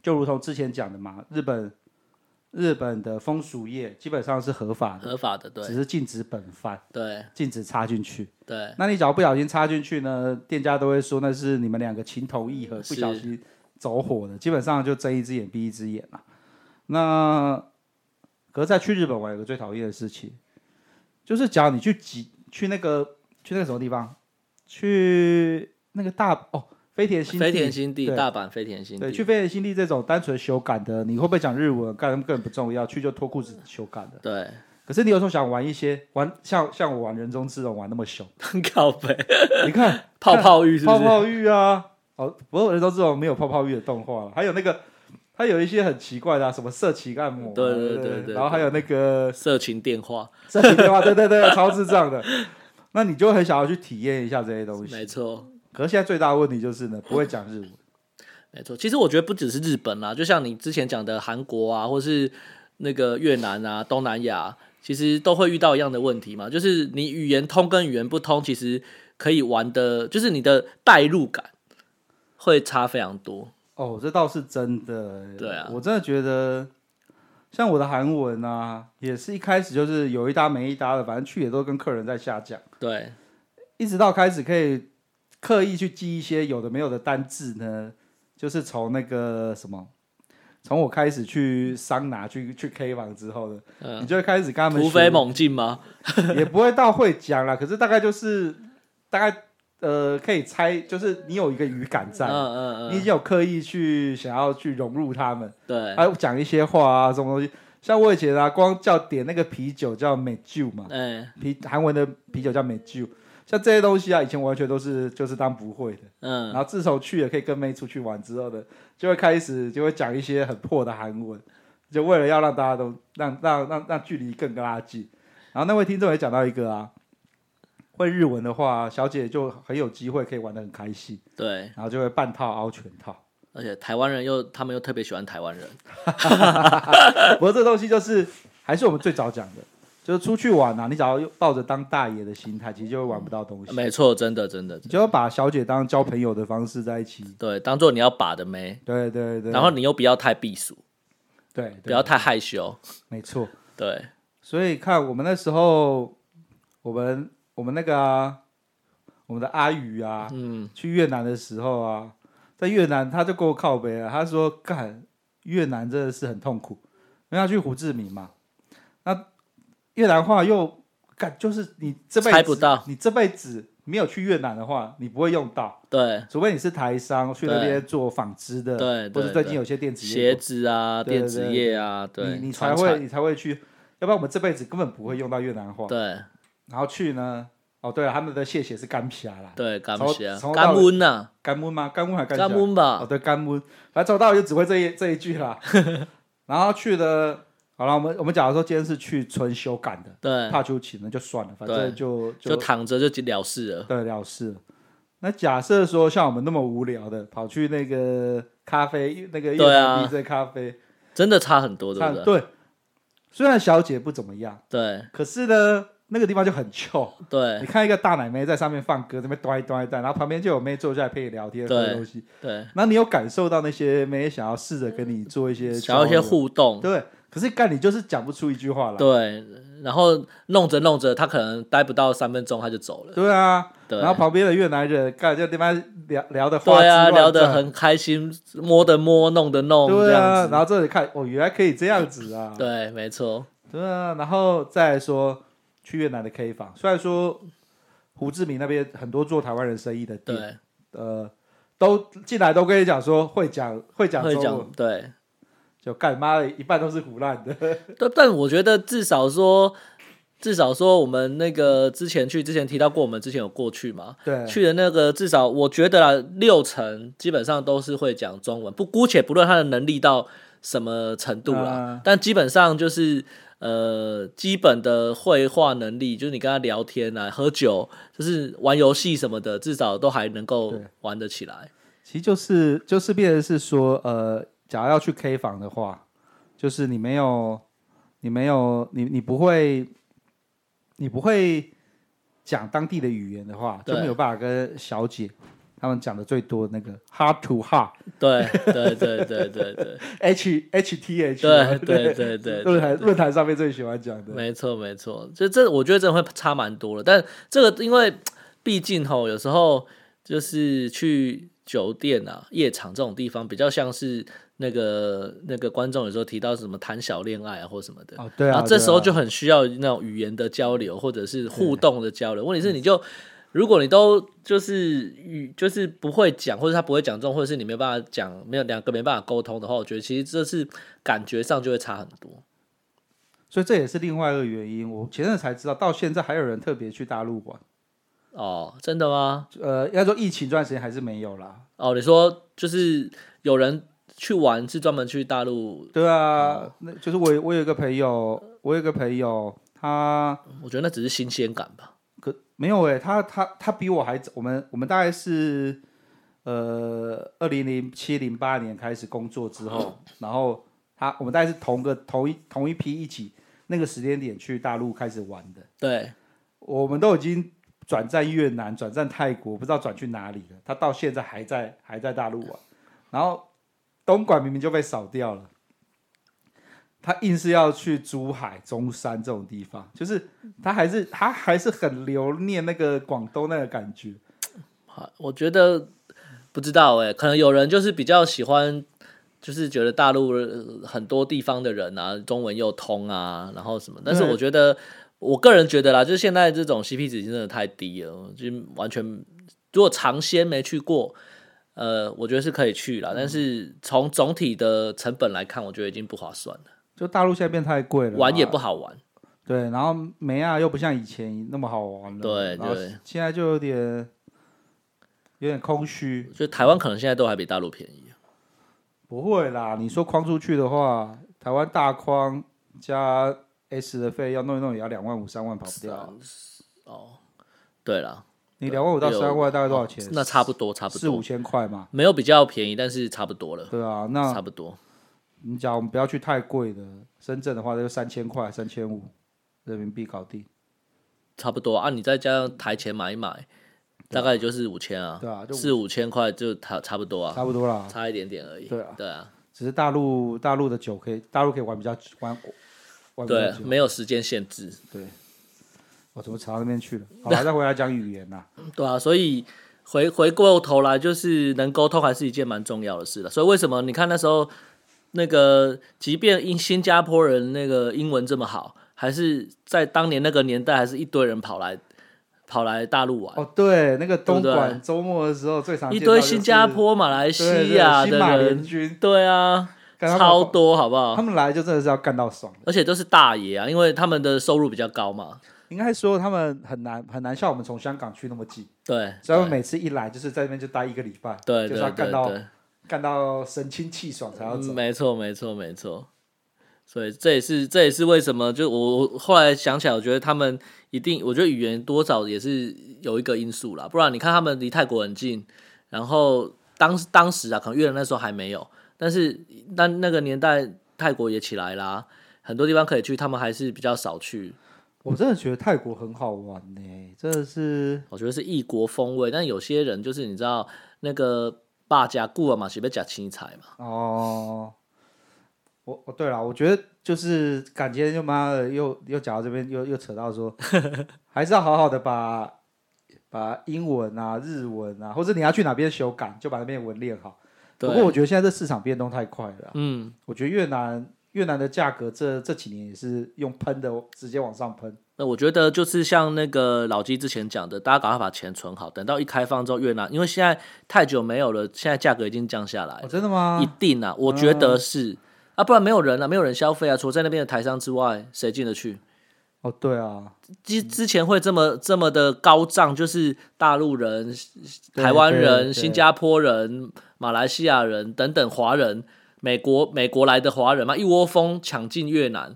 [SPEAKER 2] 就如同之前讲的嘛，日本日本的风俗业基本上是合法的，
[SPEAKER 1] 合法的，对
[SPEAKER 2] 只是禁止本番。
[SPEAKER 1] 对
[SPEAKER 2] 禁止插进去。
[SPEAKER 1] 对，
[SPEAKER 2] 那你只要不小心插进去呢，店家都会说那是你们两个情投意合，
[SPEAKER 1] 是
[SPEAKER 2] 不小心走火的，基本上就睁一只眼闭一只眼啦。那可是，在去日本玩有个最讨厌的事情，就是假如你去挤去那个去那个什么地方，去那个大哦飞田新地
[SPEAKER 1] 飞田新地，
[SPEAKER 2] 对
[SPEAKER 1] 大阪飞田新
[SPEAKER 2] 对，去
[SPEAKER 1] 地，
[SPEAKER 2] 飞田新地这种单纯修改的，你会不会讲日文，干根本不重要，去就脱裤子修改的。
[SPEAKER 1] 对，
[SPEAKER 2] 可是你有时候想玩一些玩像像我玩人中之龙玩那么凶，
[SPEAKER 1] 靠北，
[SPEAKER 2] 你看
[SPEAKER 1] 泡泡浴 是不
[SPEAKER 2] 泡
[SPEAKER 1] 是？
[SPEAKER 2] 泡浴啊，哦，不过人都知道没有泡泡浴的动画了，还有那个，还有一些很奇怪的、啊，什么色情按摩啊、
[SPEAKER 1] 对对对
[SPEAKER 2] 对
[SPEAKER 1] 对对
[SPEAKER 2] 然后还有那个
[SPEAKER 1] 色情电话，
[SPEAKER 2] 色情电话，对对对，超智障的。那你就很想要去体验一下这些东西。
[SPEAKER 1] 没错。
[SPEAKER 2] 可是现在最大的问题就是呢，不会讲日文。
[SPEAKER 1] 没错，其实我觉得不只是日本啦，就像你之前讲的韩国啊，或是那个越南啊、东南亚，其实都会遇到一样的问题嘛，就是你语言通跟语言不通，其实可以玩的，就是你的代入感会差非常多。
[SPEAKER 2] 哦，这倒是真的。欸
[SPEAKER 1] 对啊
[SPEAKER 2] 我真的觉得，像我的韩文啊，也是一开始就是有一搭没一搭的，反正去也都跟客人在下讲。
[SPEAKER 1] 对
[SPEAKER 2] 一直到开始可以刻意去记一些有的没有的单字呢，就是从那个什么，从我开始去桑拿去去 K 房之后呢，你就会开始跟他们
[SPEAKER 1] 嗯突飞猛进 吗？
[SPEAKER 2] 学，也不会到会讲啦，可是大概就是大概呃可以猜，就是你有一个语感
[SPEAKER 1] 嗯
[SPEAKER 2] 在，
[SPEAKER 1] 嗯
[SPEAKER 2] 哎你已
[SPEAKER 1] 嗯，
[SPEAKER 2] 经有刻意去想要去融入他们，
[SPEAKER 1] 对，
[SPEAKER 2] 还有讲一些话啊什么东西。像我以前啊，光叫点那个啤酒叫美酒嘛，
[SPEAKER 1] 哎
[SPEAKER 2] 啤韩文的啤酒叫美酒，像这些东西啊，以前完全都是就是当不会的。然
[SPEAKER 1] 嗯，
[SPEAKER 2] 后自从去了可以跟妹出去玩之后呢，就会开始就会讲一些很破的韩文，就为了要让大家都让让让让距离更拉近。然后那位听众也讲到一个啊，会日文的话，小姐就很有机会可以玩得很开心，
[SPEAKER 1] 对，
[SPEAKER 2] 然后就会半套凹全套。
[SPEAKER 1] 而且台湾人又他们又特别喜欢台湾人，
[SPEAKER 2] 不过这东西就是还是我们最早讲的，就是出去玩啊，你只要抱着当大爷的心态，其实就会玩不到东西。
[SPEAKER 1] 没错，真的真的，
[SPEAKER 2] 你就要把小姐当交朋友的方式在一起。
[SPEAKER 1] 对，当做你要把的妹，
[SPEAKER 2] 对对对，
[SPEAKER 1] 然后你又不要太避暑，
[SPEAKER 2] 对，
[SPEAKER 1] 不
[SPEAKER 2] 对
[SPEAKER 1] 要太害羞，
[SPEAKER 2] 没错。
[SPEAKER 1] 对。
[SPEAKER 2] 所以看我们那时候，我们我们那个啊，我们的阿宇啊，
[SPEAKER 1] 嗯，
[SPEAKER 2] 去越南的时候啊，在越南他就跟我靠北啊，他说干越南真的是很痛苦，因为他去胡志明嘛，那越南话又干就是你这辈子
[SPEAKER 1] 猜不到，
[SPEAKER 2] 你这辈子没有去越南的话，你不会用到。
[SPEAKER 1] 对，
[SPEAKER 2] 除非你是台商去那边做纺织的，
[SPEAKER 1] 对对
[SPEAKER 2] 或者最近有些电子业
[SPEAKER 1] 鞋，子啊，
[SPEAKER 2] 对
[SPEAKER 1] 电子业啊，对，
[SPEAKER 2] 你你才
[SPEAKER 1] 传
[SPEAKER 2] 会
[SPEAKER 1] 产
[SPEAKER 2] 你才会去，要不然我们这辈子根本不会用到越南话。
[SPEAKER 1] 对
[SPEAKER 2] 然后去呢，哦对了，他们的谢谢是干皮啦，
[SPEAKER 1] 对，干
[SPEAKER 2] 从
[SPEAKER 1] 鞋啊
[SPEAKER 2] 从，
[SPEAKER 1] 干
[SPEAKER 2] 到
[SPEAKER 1] 温呐，
[SPEAKER 2] 干温吗？干温还干
[SPEAKER 1] 干
[SPEAKER 2] 虾？
[SPEAKER 1] 温
[SPEAKER 2] 哦
[SPEAKER 1] 吧，
[SPEAKER 2] 对，干温，反正从头到尾就只会这一 这一句啦。然后去的，好了，我们我们假如说今天是去纯修改的，
[SPEAKER 1] 对，
[SPEAKER 2] 怕秋琴那就算了，反正
[SPEAKER 1] 对
[SPEAKER 2] 就就
[SPEAKER 1] 就躺着就了事了，
[SPEAKER 2] 对了事了。那假设说像我们那么无聊的，跑去那个咖啡，那个越
[SPEAKER 1] 对
[SPEAKER 2] 南
[SPEAKER 1] 啊
[SPEAKER 2] DJ 咖啡，
[SPEAKER 1] 真的差很多，对
[SPEAKER 2] 看
[SPEAKER 1] 不对？
[SPEAKER 2] 对，虽然小姐不怎么样，
[SPEAKER 1] 对
[SPEAKER 2] 可是呢，那个地方就很臭。
[SPEAKER 1] 对
[SPEAKER 2] 你看一个大奶妹在上面放歌，这边端一端一端，然后旁边就有妹坐下来陪你聊天
[SPEAKER 1] 对
[SPEAKER 2] 喝东西。
[SPEAKER 1] 对，
[SPEAKER 2] 那你有感受到那些妹想要试着跟你做一些
[SPEAKER 1] 嗯想要一
[SPEAKER 2] 交
[SPEAKER 1] 些
[SPEAKER 2] 流
[SPEAKER 1] 互动，
[SPEAKER 2] 对，可是干你就是讲不出一句话来。
[SPEAKER 1] 对，然后弄着弄着，他可能待不到三分钟他就走了，
[SPEAKER 2] 对啊，
[SPEAKER 1] 对
[SPEAKER 2] 然后旁边的越南人干这地方聊聊的花枝
[SPEAKER 1] 对啊，
[SPEAKER 2] 乱
[SPEAKER 1] 聊得
[SPEAKER 2] 颤
[SPEAKER 1] 很开心，摸的摸，弄的弄，这
[SPEAKER 2] 对啊
[SPEAKER 1] 样，
[SPEAKER 2] 然
[SPEAKER 1] 子，
[SPEAKER 2] 后这里看哦，原来可以这样子啊，
[SPEAKER 1] 对，没错，
[SPEAKER 2] 对啊，然后再来说去越南的 K 房，虽然说胡志明那边很多做台湾人生意的店，
[SPEAKER 1] 对，
[SPEAKER 2] 呃，都进来都跟你讲说会讲会讲
[SPEAKER 1] 会
[SPEAKER 2] 中文，
[SPEAKER 1] 讲对，
[SPEAKER 2] 就干妈的一半都是胡烂 的，
[SPEAKER 1] 但但我觉得至少说，至少说我们那个之前去之前提到过，我们之前有过去嘛，
[SPEAKER 2] 对，
[SPEAKER 1] 去的那个至少我觉得啦，六成基本上都是会讲中文，不姑且不论他的能力到什么程度啦，
[SPEAKER 2] 嗯
[SPEAKER 1] 但基本上就是呃基本的绘画能力，就是你跟他聊天啊、喝酒，就是玩游戏什么的，至少都还能够
[SPEAKER 2] 对
[SPEAKER 1] 玩得起来。
[SPEAKER 2] 其实就是就是变成是说，呃，假如要去 K 房的话，就是你没有，你没有，你你不会，你不会讲当地的语言的话，就
[SPEAKER 1] 对
[SPEAKER 2] 没有办法跟小姐他们讲的最多的那个 hard to hard
[SPEAKER 1] 对对对对对对
[SPEAKER 2] H H T H，
[SPEAKER 1] 对对对对，
[SPEAKER 2] 论坛论坛上面最喜欢讲的，
[SPEAKER 1] 没错，没错，就这，我觉得真的会差蛮多的。但这个因为毕竟吼，有时候就是去酒店啊、夜场这种地方，比较像是那个那个观众有时候提到什么谈小恋爱啊或什么的。
[SPEAKER 2] 哦对
[SPEAKER 1] 然
[SPEAKER 2] 啊，
[SPEAKER 1] 后这
[SPEAKER 2] 对
[SPEAKER 1] 时候
[SPEAKER 2] 啊
[SPEAKER 1] 就很需要那种语言的交流，或者是互动的交流。问题是，你就如果你都就是语就是不会讲，或者他不会讲中，或者是你没有办法讲，没有两个没办法沟通的话，我觉得其实这是感觉上就会差很多。
[SPEAKER 2] 所以这也是另外一个原因。我前阵子才知道，到现在还有人特别去大陆玩，
[SPEAKER 1] 哦，真的吗？
[SPEAKER 2] 呃，应该说疫情这段时间还是没有啦，
[SPEAKER 1] 哦，你说就是有人去玩是专门去大陆，
[SPEAKER 2] 对
[SPEAKER 1] 哦
[SPEAKER 2] 啊，那就是我我有一个朋友，我有一个朋友，他
[SPEAKER 1] 我觉得那只是新鲜感吧。
[SPEAKER 2] 可没有哎、他他他比我还早我们我们大概是呃二零零七零八年开始工作之 后，然后他我们大概是同个同一同一批一起那个时间点去大陆开始玩的，
[SPEAKER 1] 对，
[SPEAKER 2] 我们都已经转战越南、转战泰国，不知道转去哪里了。他到现在还在还在大陆玩，然后东莞明明就被扫掉了，他硬是要去珠海、中山这种地方，就是他还是他还是很留念那个广东那个感觉。
[SPEAKER 1] 好呃我觉得不知道哎、可能有人就是比较喜欢，就是觉得大陆呃很多地方的人啊，中文又通啊，然后什么。但是
[SPEAKER 2] 对
[SPEAKER 1] 我觉得，我个人觉得啦，就是现在这种 CP 值真的太低了，就完全如果尝鲜没去过。呃，我觉得是可以去啦，但是从总体的成本来看，我觉得已经不划算了，
[SPEAKER 2] 就大陆现在变太贵了，
[SPEAKER 1] 玩也不好玩。
[SPEAKER 2] 对，然后梅亚又不像以前那么好玩了，
[SPEAKER 1] 对
[SPEAKER 2] 然后
[SPEAKER 1] 对
[SPEAKER 2] 现在就有点有点空虚。
[SPEAKER 1] 就台湾可能现在都还比大陆便宜。
[SPEAKER 2] 不会啦，你说框出去的话，台湾大框加 S 的费要弄一弄也要两万五、三万跑不
[SPEAKER 1] 啊
[SPEAKER 2] 掉。啊
[SPEAKER 1] 哦，对了，
[SPEAKER 2] 你两万五到
[SPEAKER 1] 有
[SPEAKER 2] 三万大概多少钱？
[SPEAKER 1] 哦那差不多，差不
[SPEAKER 2] 四
[SPEAKER 1] 多
[SPEAKER 2] 五，千块嘛，
[SPEAKER 1] 没有比较便宜，但是差不多了，
[SPEAKER 2] 对啊。那
[SPEAKER 1] 差不多。
[SPEAKER 2] 你讲我们不要去太贵的，深圳的话就三千块、三千五人民币搞定，
[SPEAKER 1] 差不多啊，你再加上台前买一买，大概也就是五千啊，
[SPEAKER 2] 啊对啊就五
[SPEAKER 1] 四五千块就差差不多啊，
[SPEAKER 2] 差不多啦。
[SPEAKER 1] 差一点点而已。
[SPEAKER 2] 对啊，
[SPEAKER 1] 对啊，
[SPEAKER 2] 只是大陆大陆的酒可以，大陆可以玩比较久玩玩比较
[SPEAKER 1] 对，啊
[SPEAKER 2] 久。
[SPEAKER 1] 没有时间限制，
[SPEAKER 2] 对，我怎么扯到那边去了？ 好了，再回来讲语言啦。
[SPEAKER 1] 对啊，所以回回过头来，就是能沟通还是一件蛮重要的事了。所以为什么你看那时候那个，即便英新加坡人那个英文这么好，还是在当年那个年代，还是一堆人跑来跑来大陆玩，
[SPEAKER 2] 哦，对，那个东
[SPEAKER 1] 对
[SPEAKER 2] 莞周末的时候最常
[SPEAKER 1] 一
[SPEAKER 2] 见到
[SPEAKER 1] 堆
[SPEAKER 2] 就是
[SPEAKER 1] 新加坡、马来
[SPEAKER 2] 对
[SPEAKER 1] 西
[SPEAKER 2] 对
[SPEAKER 1] 亚
[SPEAKER 2] 新
[SPEAKER 1] 的
[SPEAKER 2] 马联
[SPEAKER 1] 人，
[SPEAKER 2] 军，
[SPEAKER 1] 对啊，
[SPEAKER 2] 干他们
[SPEAKER 1] 超多，好不
[SPEAKER 2] 他
[SPEAKER 1] 好？
[SPEAKER 2] 们来就真的是要干到爽。
[SPEAKER 1] 而且都是大爷啊，因为他们的收入比较高嘛，
[SPEAKER 2] 应该说他们很难很难像我们从香港去那么近，
[SPEAKER 1] 对，
[SPEAKER 2] 所以他
[SPEAKER 1] 对
[SPEAKER 2] 们每次一来就是在那边就待一个礼拜，
[SPEAKER 1] 对
[SPEAKER 2] 就是要
[SPEAKER 1] 对
[SPEAKER 2] 干
[SPEAKER 1] 对
[SPEAKER 2] 到
[SPEAKER 1] 对。
[SPEAKER 2] 干到神清气爽才要
[SPEAKER 1] 嗯
[SPEAKER 2] 走。
[SPEAKER 1] 没错，没错，没错。所以这也是这也是为什么，就我我后来想起来，我觉得他们一定，我觉得语言多少也是有一个因素啦。不然你看他们离泰国很近，然后当当时啊，可能越南那时候还没有，但是那那个年代泰国也起来啦，很多地方可以去，他们还是比较少去。
[SPEAKER 2] 我真的觉得泰国很好玩呢、真的是
[SPEAKER 1] 我觉得是异国风味，但有些人就是你知道那个霸家固啊嘛，随便讲青菜嘛，
[SPEAKER 2] 哦。我我对了，我觉得就是感觉就妈的又又讲到这边又又扯 到说，还是要好好的把把英文啊、日文啊，或者你要去哪边修改，就把那边文练好。不过
[SPEAKER 1] 对，
[SPEAKER 2] 我觉得现在这市场变动太快了啊、
[SPEAKER 1] 嗯，
[SPEAKER 2] 我觉得越南越南的价格这这几年也是用喷的，直接往上喷。
[SPEAKER 1] 那我觉得就是像那个老鸡之前讲的，大家赶快把钱存好，等到一开放之后，越南因为现在太久没有了，现在价格已经降下来
[SPEAKER 2] 哦，
[SPEAKER 1] 了，
[SPEAKER 2] 真的吗
[SPEAKER 1] 哎一？定啊，我觉得是、啊，不然没有人啊，没有人消费啊，除了在那边的台商之外，谁进得去？
[SPEAKER 2] 哦，对啊，
[SPEAKER 1] 之之前会这么这么的高涨，就是大陆人、
[SPEAKER 2] 对
[SPEAKER 1] 台湾
[SPEAKER 2] 对
[SPEAKER 1] 人、
[SPEAKER 2] 对
[SPEAKER 1] 新加坡人、马来西亚人等等华人，美国美国来的华人嘛，一窝蜂抢进越南，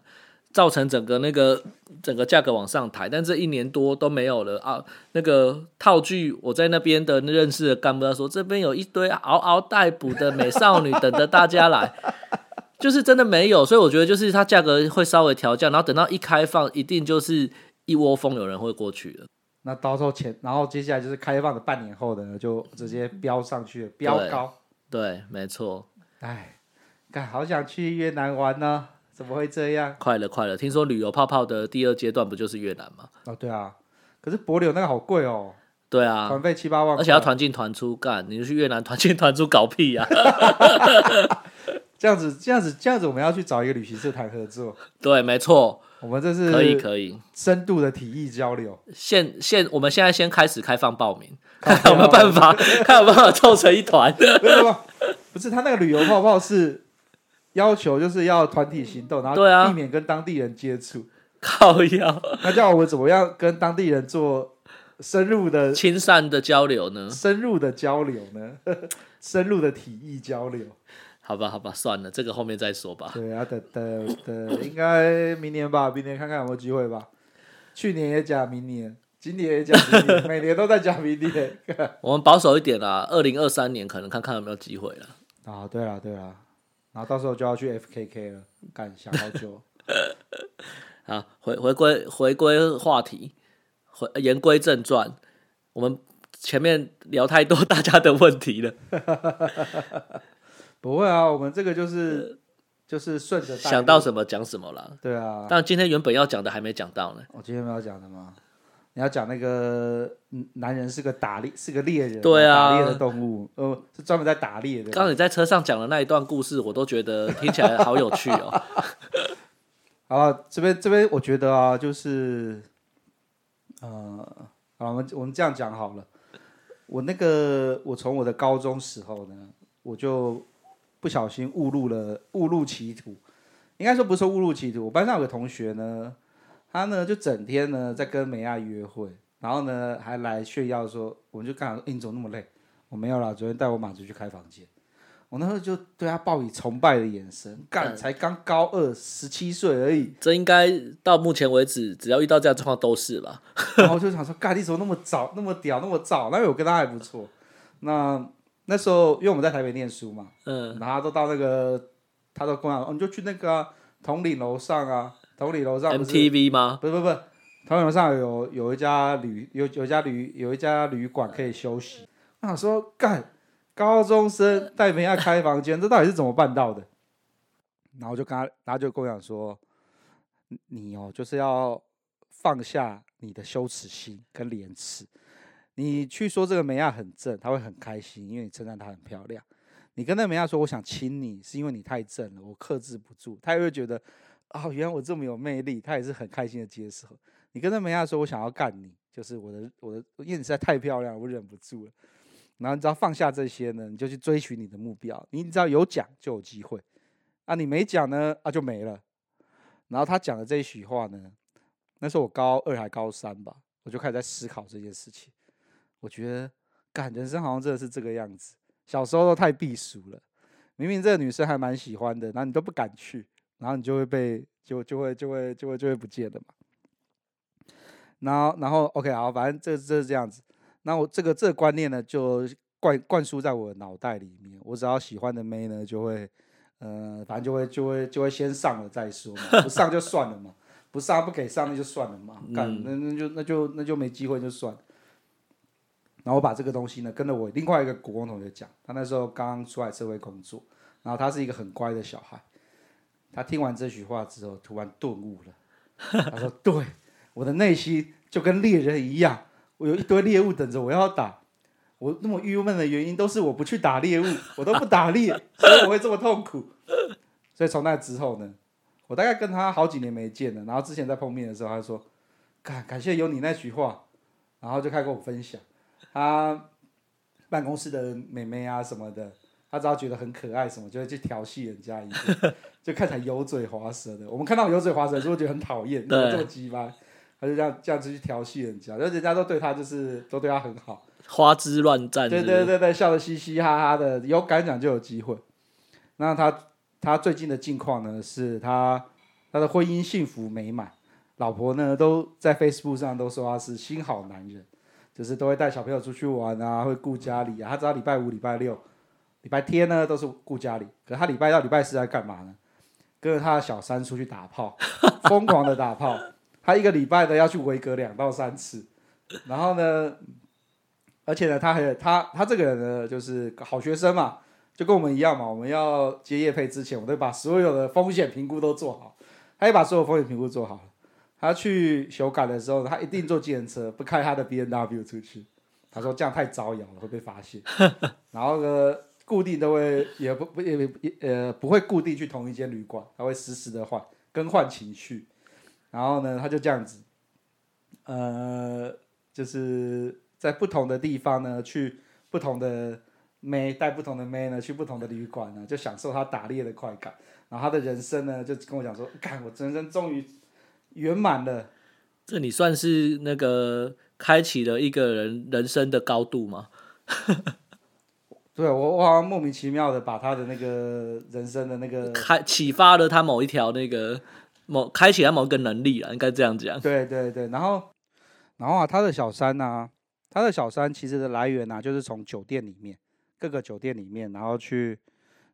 [SPEAKER 1] 造成整个那个整个价格往上抬。但这一年多都没有了啊！那个套句，我在那边的认识的干部他说，这边有一堆嗷嗷待哺的美少女等着大家来。 就是真的没有，所以我觉得就是它价格会稍微调降，然后等到一开放，一定就是一窝蜂有人会过去的。
[SPEAKER 2] 那到时候钱，然后接下来就是开放的半年后呢，就直接飙上去了，飙
[SPEAKER 1] 对
[SPEAKER 2] 高。
[SPEAKER 1] 对，没错，
[SPEAKER 2] 哎，干，好想去越南玩呢，怎么会这样？
[SPEAKER 1] 快了快了。听说旅游泡泡的第二阶段不就是越南吗？
[SPEAKER 2] 哦，对啊，可是帛琉那个好贵哦，
[SPEAKER 1] 对啊，
[SPEAKER 2] 团费七八万块，
[SPEAKER 1] 而且要团进团出干，你就去越南团进团出搞屁啊呀、
[SPEAKER 2] 这样子，这样子，这样子，我们要去找一个旅行社谈合作。
[SPEAKER 1] 对，没错，
[SPEAKER 2] 我们这
[SPEAKER 1] 可以
[SPEAKER 2] 是
[SPEAKER 1] 可以。
[SPEAKER 2] 深度的体育交 流，
[SPEAKER 1] 现现我们现在先开始开放报名，
[SPEAKER 2] 靠哦
[SPEAKER 1] 看有 没有办法，看有没有办法凑成一团。
[SPEAKER 2] 没有没有，不是他那个旅游泡泡是要求就是要团体行动，然后
[SPEAKER 1] 对啊
[SPEAKER 2] 避免跟当地人接触。
[SPEAKER 1] 靠腰，
[SPEAKER 2] 那叫我们怎么样跟当地人做深入的、
[SPEAKER 1] 亲善的交流呢？
[SPEAKER 2] 深入的交流呢？ 深入的体育交流，
[SPEAKER 1] 好吧，好吧，算了，这个后面再说吧。
[SPEAKER 2] 对啊，等等等，应该明年吧，明年看看有没有机会吧。去年也讲明年，今年也讲明 年，每年都在讲明年。
[SPEAKER 1] 我们保守一点啦，二零二三年可能看看有没有机会了。
[SPEAKER 2] 啊，对了对了，然后到时候就要去 FKK 了，干想好久。
[SPEAKER 1] 好，啊回回归回归话题，回言归正传，我们前面聊太多 大家的问题了，
[SPEAKER 2] 不会啊，我们这个就是就是顺着大
[SPEAKER 1] 呃想到什么讲什么啦。
[SPEAKER 2] 对啊。
[SPEAKER 1] 但今天原本要讲的还没讲到呢。
[SPEAKER 2] 我今天没有讲的吗？你要讲那个嗯男人是个打猎，是个猎人，
[SPEAKER 1] 对啊
[SPEAKER 2] 打猎的动物，呃，是专门在打猎的。
[SPEAKER 1] 刚刚你在车上讲的那一段故事，我都觉得听起来好有趣哦。
[SPEAKER 2] 好了，这边这边我觉得啊，就是，呃，好，我们我们这样讲好了。我那个，我从我的高中时候呢，我就不小心误入了误入歧途，应该说不是误入歧途。我班上有个同学呢，他呢就整天呢在跟美亚约会，然后呢还来炫耀说，我们就刚好说，哎、你怎么那么累？我没有啦，昨天带我马子去开房间。我那时候就对他抱以崇拜的眼神，干，才刚高二，十七岁而已，
[SPEAKER 1] 这应该到目前为止，只要遇到这样的状况都是吧。
[SPEAKER 2] 然后我就想说，干，你怎么那么早，那么屌，那么早？那我跟他还不错。那那时候，因为我们在台北念书嘛，
[SPEAKER 1] 嗯，
[SPEAKER 2] 然后他都到那个，他都跟我讲，哦，你就去那个、啊、统领楼上啊，统领楼上不是
[SPEAKER 1] MTV 吗？
[SPEAKER 2] 不是不是不是，桃园上有有一家旅有有一家旅有一家旅馆可以休息。我想说，干，高中生带人家开房间，这到底是怎么办到的？然后就跟他，然后就跟我讲说，你你哦，就是要放下你的羞耻心跟廉耻。你去说这个梅亚很正，她会很开心，因为你称赞她很漂亮。你跟那梅亚说我想亲你，是因为你太正了，我克制不住，她也会觉得哦，原来我这么有魅力，他也是很开心的接受。你跟那梅亚说，我想要干你，就是我的我的，因为你实在太漂亮了，我忍不住了。然后你只要放下这些呢，你就去追寻你的目标。你只要有讲就有机会，啊，你没讲呢，啊就没了。然后他讲的这一席话呢，那时候我高二还高三吧，我就开始在思考这件事情。我觉得，干人生好像真的是这个样子。小时候都太避俗了，明明这个女生还蛮喜欢的，然后你都不敢去，然后你就会被就就会就会就会就会不见了嘛。然后然后 OK 好，反正这这是这样子。那我这个这个观念呢，就灌灌输在我的脑袋里面。我只要喜欢的妹呢，就会呃，反正就会就会就会先上了再说嘛，不上就算了嘛，不上不给上那就算了嘛，干那那就那就那就没机会就算了。然后我把这个东西呢，跟着我另外一个国中同学讲，他那时候刚出来社会工作，然后他是一个很乖的小孩。他听完这句话之后，突然顿悟了。他说：“对，我的内心就跟猎人一样，我有一堆猎物等着我要打。我那么郁闷的原因都是我不去打猎物，我都不打猎，所以我会这么痛苦。所以从那之后呢，我大概跟他好几年没见了，然后之前在碰面的时候，他就说：“感感谢有你那句话。”然后就开始跟我分享他办公室的妹妹啊什么的，他只要觉得很可爱什么，就会去调戏人家一下，就看起来油嘴滑舌的。我们看到油嘴滑舌的时候，觉得很讨厌，怎么这么鸡巴？他就这样这样子去调戏人家，然后人家都对他就是都对他很好。
[SPEAKER 1] 花枝乱颤，
[SPEAKER 2] 对
[SPEAKER 1] 是不是
[SPEAKER 2] 对对对，笑得嘻嘻哈哈的，有敢讲就有机会。那他他最近的近况呢？是他他的婚姻幸福美满，老婆呢都在 Facebook 上都说他是新好男人，就是都会带小朋友出去玩啊，会顾家里啊。他只要礼拜五、礼拜六、礼拜天呢都是顾家里，可他礼拜到礼拜四在干嘛呢？跟着他的小三出去打炮，疯狂的打炮。他一个礼拜呢要去维格两到三次，然后呢，而且呢，他还有他他这个人呢，就是好学生嘛，就跟我们一样嘛。我们要接业配之前，我都把所有的风险评估都做好，他也把所有风险评估做好了。他去修改的时候，他一定坐计程车，不开他的 B N W 出去。他说这样太招摇了，会被发现。 然后呢，固定都会也不不也也呃不会固定去同一间旅馆，他会实时的换更换情绪。然后呢，他就这样子，呃，就是在不同的地方呢，去不同的妹带不同的妹呢，去不同的旅馆呢，就享受他打猎的快感。然后他的人生呢，就跟我讲说，看我人生终于圆满了。
[SPEAKER 1] 这你算是那个开启了一个人人生的高度吗？
[SPEAKER 2] 对我，我好像莫名其妙的把他的那个人生的那个，
[SPEAKER 1] 开启发了他某一条那个某开启他某一个能力啊，应该这样讲。
[SPEAKER 2] 对对对，然后，然后啊，他的小三呢、他的小三其实的来源呢、啊就是从酒店里面各个酒店里面，然后去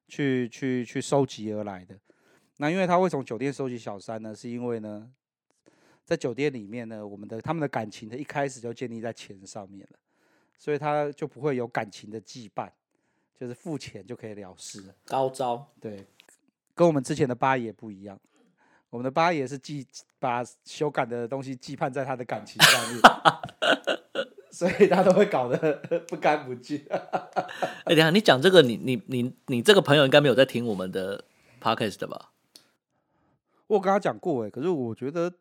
[SPEAKER 2] 去去去收集而来的。那因为他会从酒店收集小三呢，是因为呢，在酒店里面呢，我们的他们的感情呢，一开始就建立在钱上面了，所以他就不会有感情的羁绊，就是付钱就可以了事了。
[SPEAKER 1] 高招，
[SPEAKER 2] 对，跟我们之前的八爷不一样，我们的八爷是寄把修改的东西寄盼在他的感情上面， 所以他都会搞得 不干不净。
[SPEAKER 1] 哎、等一下你讲这个，你你你你这个朋友应该没有在听我们的 podcast 的吧？
[SPEAKER 2] 我跟他讲过哎，可是我觉得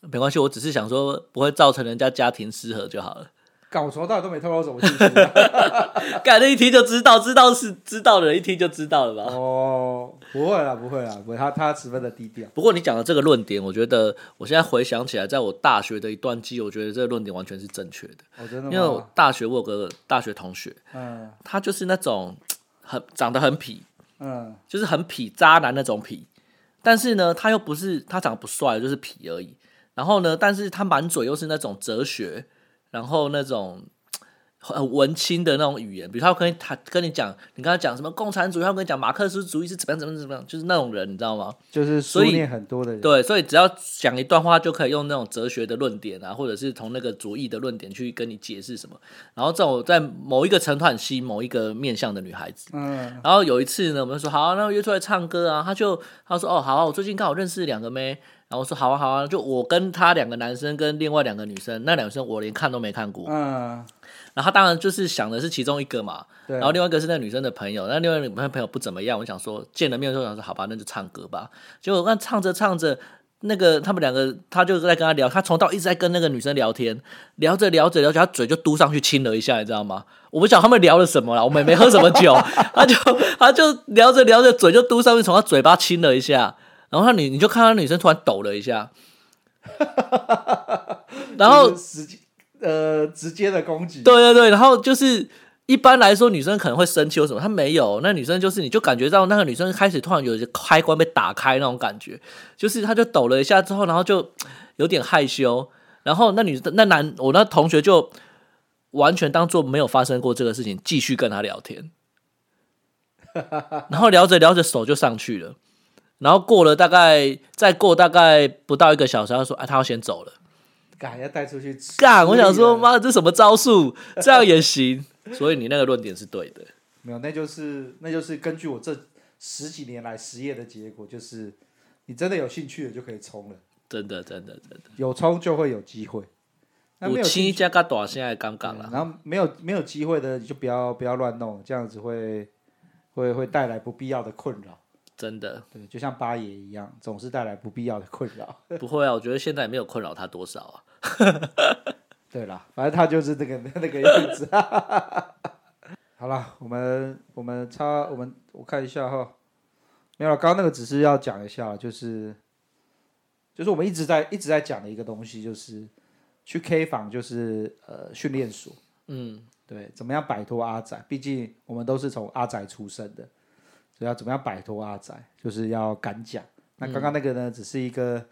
[SPEAKER 1] 没关系，我只是想说不会造成人家家庭失和就好 了。
[SPEAKER 2] 搞从头到尾都没透露什么信息啊、
[SPEAKER 1] 干那一听就知道，知道是知道的人一听就知道了吧？
[SPEAKER 2] 哦，不会啦，不会啦，不会，他他十分的低调。
[SPEAKER 1] 不过你讲的这个论点，我觉得我现在回想起来，在我大学的一段记忆，我觉得这个论点完全是正确的。
[SPEAKER 2] 哦，真的
[SPEAKER 1] 因为我
[SPEAKER 2] 吗？
[SPEAKER 1] 大学我有个大学同学，
[SPEAKER 2] 嗯
[SPEAKER 1] 他就是那种很长得很痞，
[SPEAKER 2] 嗯，
[SPEAKER 1] 就是很痞渣男那种痞，但是呢，他又不是他长得不帅，就是痞而已。然后呢，但是他满嘴又是那种哲学，然后那种很文青的那种语言，比如他跟他跟你讲，你跟他讲什么共产主义，他会跟你讲马克思主义是怎么样怎么样怎么样，就是那种人，你知道吗？
[SPEAKER 2] 就是书
[SPEAKER 1] 所以
[SPEAKER 2] 念很多的人，
[SPEAKER 1] 对，所以只要讲一段话，就可以用那种哲学的论点啊，或者是从那个主义的论点去跟你解释什么。然后这种在某一个层段吸某一个面向的女孩子。
[SPEAKER 2] 嗯，
[SPEAKER 1] 然后有一次呢，我们就说好、啊，那约出来唱歌啊，他就他说哦好、啊，我最近刚好认识两个妹，然后我说好啊好啊，就我跟他两个男生跟另外两个女生，那两个女生我连看都没看过，
[SPEAKER 2] 嗯，
[SPEAKER 1] 然后他当然就是想的是其中一个嘛，
[SPEAKER 2] 对
[SPEAKER 1] 然后另外一个是那女生的朋友，那另外女朋友不怎么样，我想说见了面之后想说好吧，那就唱歌吧。结果那唱着唱着，那个他们两个他就在跟他聊，他从到一直在跟那个女生聊天，聊着聊着聊着，他嘴就嘟上去亲了一下，你知道吗？我不晓得他们聊了什么啦，我们也没喝什么酒，他就他就聊着聊着嘴就嘟上去，从他嘴巴亲了一下，然后他女你就看到那女生突然抖了一下，然后
[SPEAKER 2] 就是直接呃直接的攻击，
[SPEAKER 1] 对对对，啊然后就是一般来说，女生可能会生气或什么，她没有。那女生就是，你就感觉到那个女生开始突然有一些开关被打开那种感觉，就是她就抖了一下之后，然后就有点害羞。然后那女那男我那同学就完全当做没有发生过这个事情，继续跟她聊天。然后聊着聊着手就上去了，然后过了大概再过大概不到一个小时，他说：“啊，他要先走了。”
[SPEAKER 2] 赶要带出去吃
[SPEAKER 1] 干，我想说，
[SPEAKER 2] 了
[SPEAKER 1] 妈，这什么招 数？这样也行？啊所以你那个论点是对的。
[SPEAKER 2] 没有，那就是那就是根据我这十几年来实业的结果，就是你真的有兴趣的就可以冲了，
[SPEAKER 1] 真的，真的，真的，
[SPEAKER 2] 有冲就会有机会。那没
[SPEAKER 1] 有
[SPEAKER 2] 有
[SPEAKER 1] 七
[SPEAKER 2] 兴趣，
[SPEAKER 1] 加个短现在刚刚啦，
[SPEAKER 2] 然后没有没有机会的，你就不要不要乱弄，这样子会会会带来不必要的困扰。
[SPEAKER 1] 真的
[SPEAKER 2] 对，就像八爷一样，总是带来不必要的困扰。
[SPEAKER 1] 不会啊，我觉得现在也没有困扰他多少啊。
[SPEAKER 2] 对啦，反正他就是那个 那个样子。好了，我们我们差我们我看一下哈，没有了，刚刚那个只是要讲一下，就是就是我们一直在一直在讲的一个东西，就是去 K 房就是呃训练所，
[SPEAKER 1] 嗯，
[SPEAKER 2] 对，怎么样摆脱阿宅？毕竟我们都是从阿宅出生的，所以要怎么样摆脱阿宅，就是要敢讲。那刚刚那个呢，只是一个，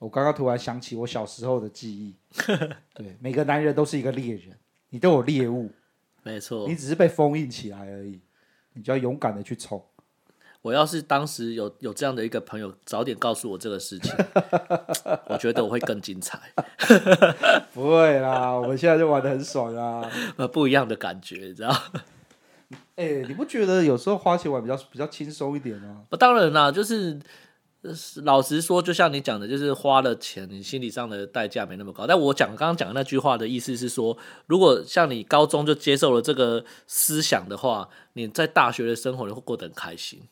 [SPEAKER 2] 我刚刚突然想起我小时候的记忆。对，每个男人都是一个猎人，你都有猎物，
[SPEAKER 1] 没错
[SPEAKER 2] 你。只是被封印起来而已，你就要勇敢的去冲。
[SPEAKER 1] 我要是当时有有这样的一个朋友，早点告诉我这个事 情，我觉得我会更精彩，
[SPEAKER 2] 不会啦， 我们现在就玩的很爽啊啦。
[SPEAKER 1] 呃，不一样的感觉，你知道？
[SPEAKER 2] 哎、你不觉得有时候花钱玩比较比较轻松一点吗？
[SPEAKER 1] 不，当然啦，就是呃老实说，就像你讲的，就是花了钱，你心理上的代价没那么高。但我讲刚刚讲的那句话的意思是说，如果像你高中就接受了这个思想的话，你在大学的生活你会过得很开心。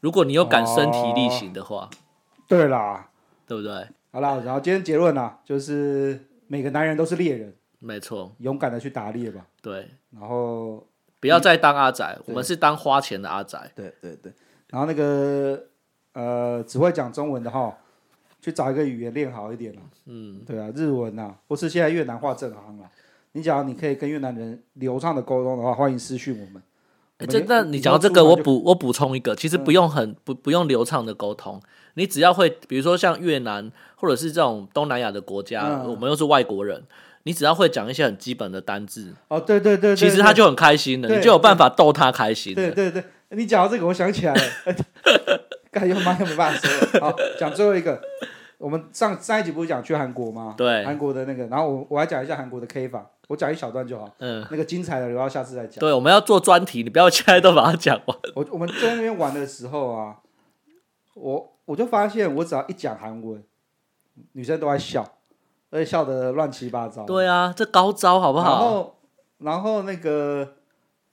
[SPEAKER 1] 如果你又敢身体力行的话，
[SPEAKER 2] 对啦，
[SPEAKER 1] 对不对？
[SPEAKER 2] 好啦，然后今天结论啦，就是每个男人都是猎人。
[SPEAKER 1] 没错，
[SPEAKER 2] 勇敢的去打猎吧。
[SPEAKER 1] 对，
[SPEAKER 2] 然后，
[SPEAKER 1] 不要再当阿仔，我们是当花钱的阿仔。
[SPEAKER 2] 对对对，然后那个呃，只会讲中文的哈，去找一个语言练好一点啦。嗯，对啊，日文啊，或是现在越南话正行啦。你假如你可以跟越南人流畅的沟通的话，欢迎私讯我们。
[SPEAKER 1] 哎，
[SPEAKER 2] 我们
[SPEAKER 1] 这那你讲到这个，我补我补充一个，其实
[SPEAKER 2] 嗯
[SPEAKER 1] 不用很不不用流畅的沟通，你只要会，比如说像越南或者是这种东南亚的国家，
[SPEAKER 2] 嗯
[SPEAKER 1] 我们又是外国人，你只要会讲一些很基本的单字，
[SPEAKER 2] 哦，对对对，对
[SPEAKER 1] 其实他就很开心了，
[SPEAKER 2] 对
[SPEAKER 1] 你就有办法逗他开心
[SPEAKER 2] 对
[SPEAKER 1] 了。
[SPEAKER 2] 对对，你讲到这个，我想起来了， 干又妈又没办法说了。好，讲最后一个，我们上上一集不是讲去韩国吗？
[SPEAKER 1] 对
[SPEAKER 2] 韩国的那个，然后我我还讲一下韩国的 K 房，我讲一小段就好。
[SPEAKER 1] 嗯，
[SPEAKER 2] 那个精彩的留到下次再讲。
[SPEAKER 1] 对，我们要做专题，你不要现在都把它讲完。
[SPEAKER 2] 我我们在那边玩的时候啊，我我就发现，我只要一讲韩文，女生都在笑，而且笑得乱七八糟。
[SPEAKER 1] 对啊，这高招好不
[SPEAKER 2] 然
[SPEAKER 1] 好？
[SPEAKER 2] 后，然后那个，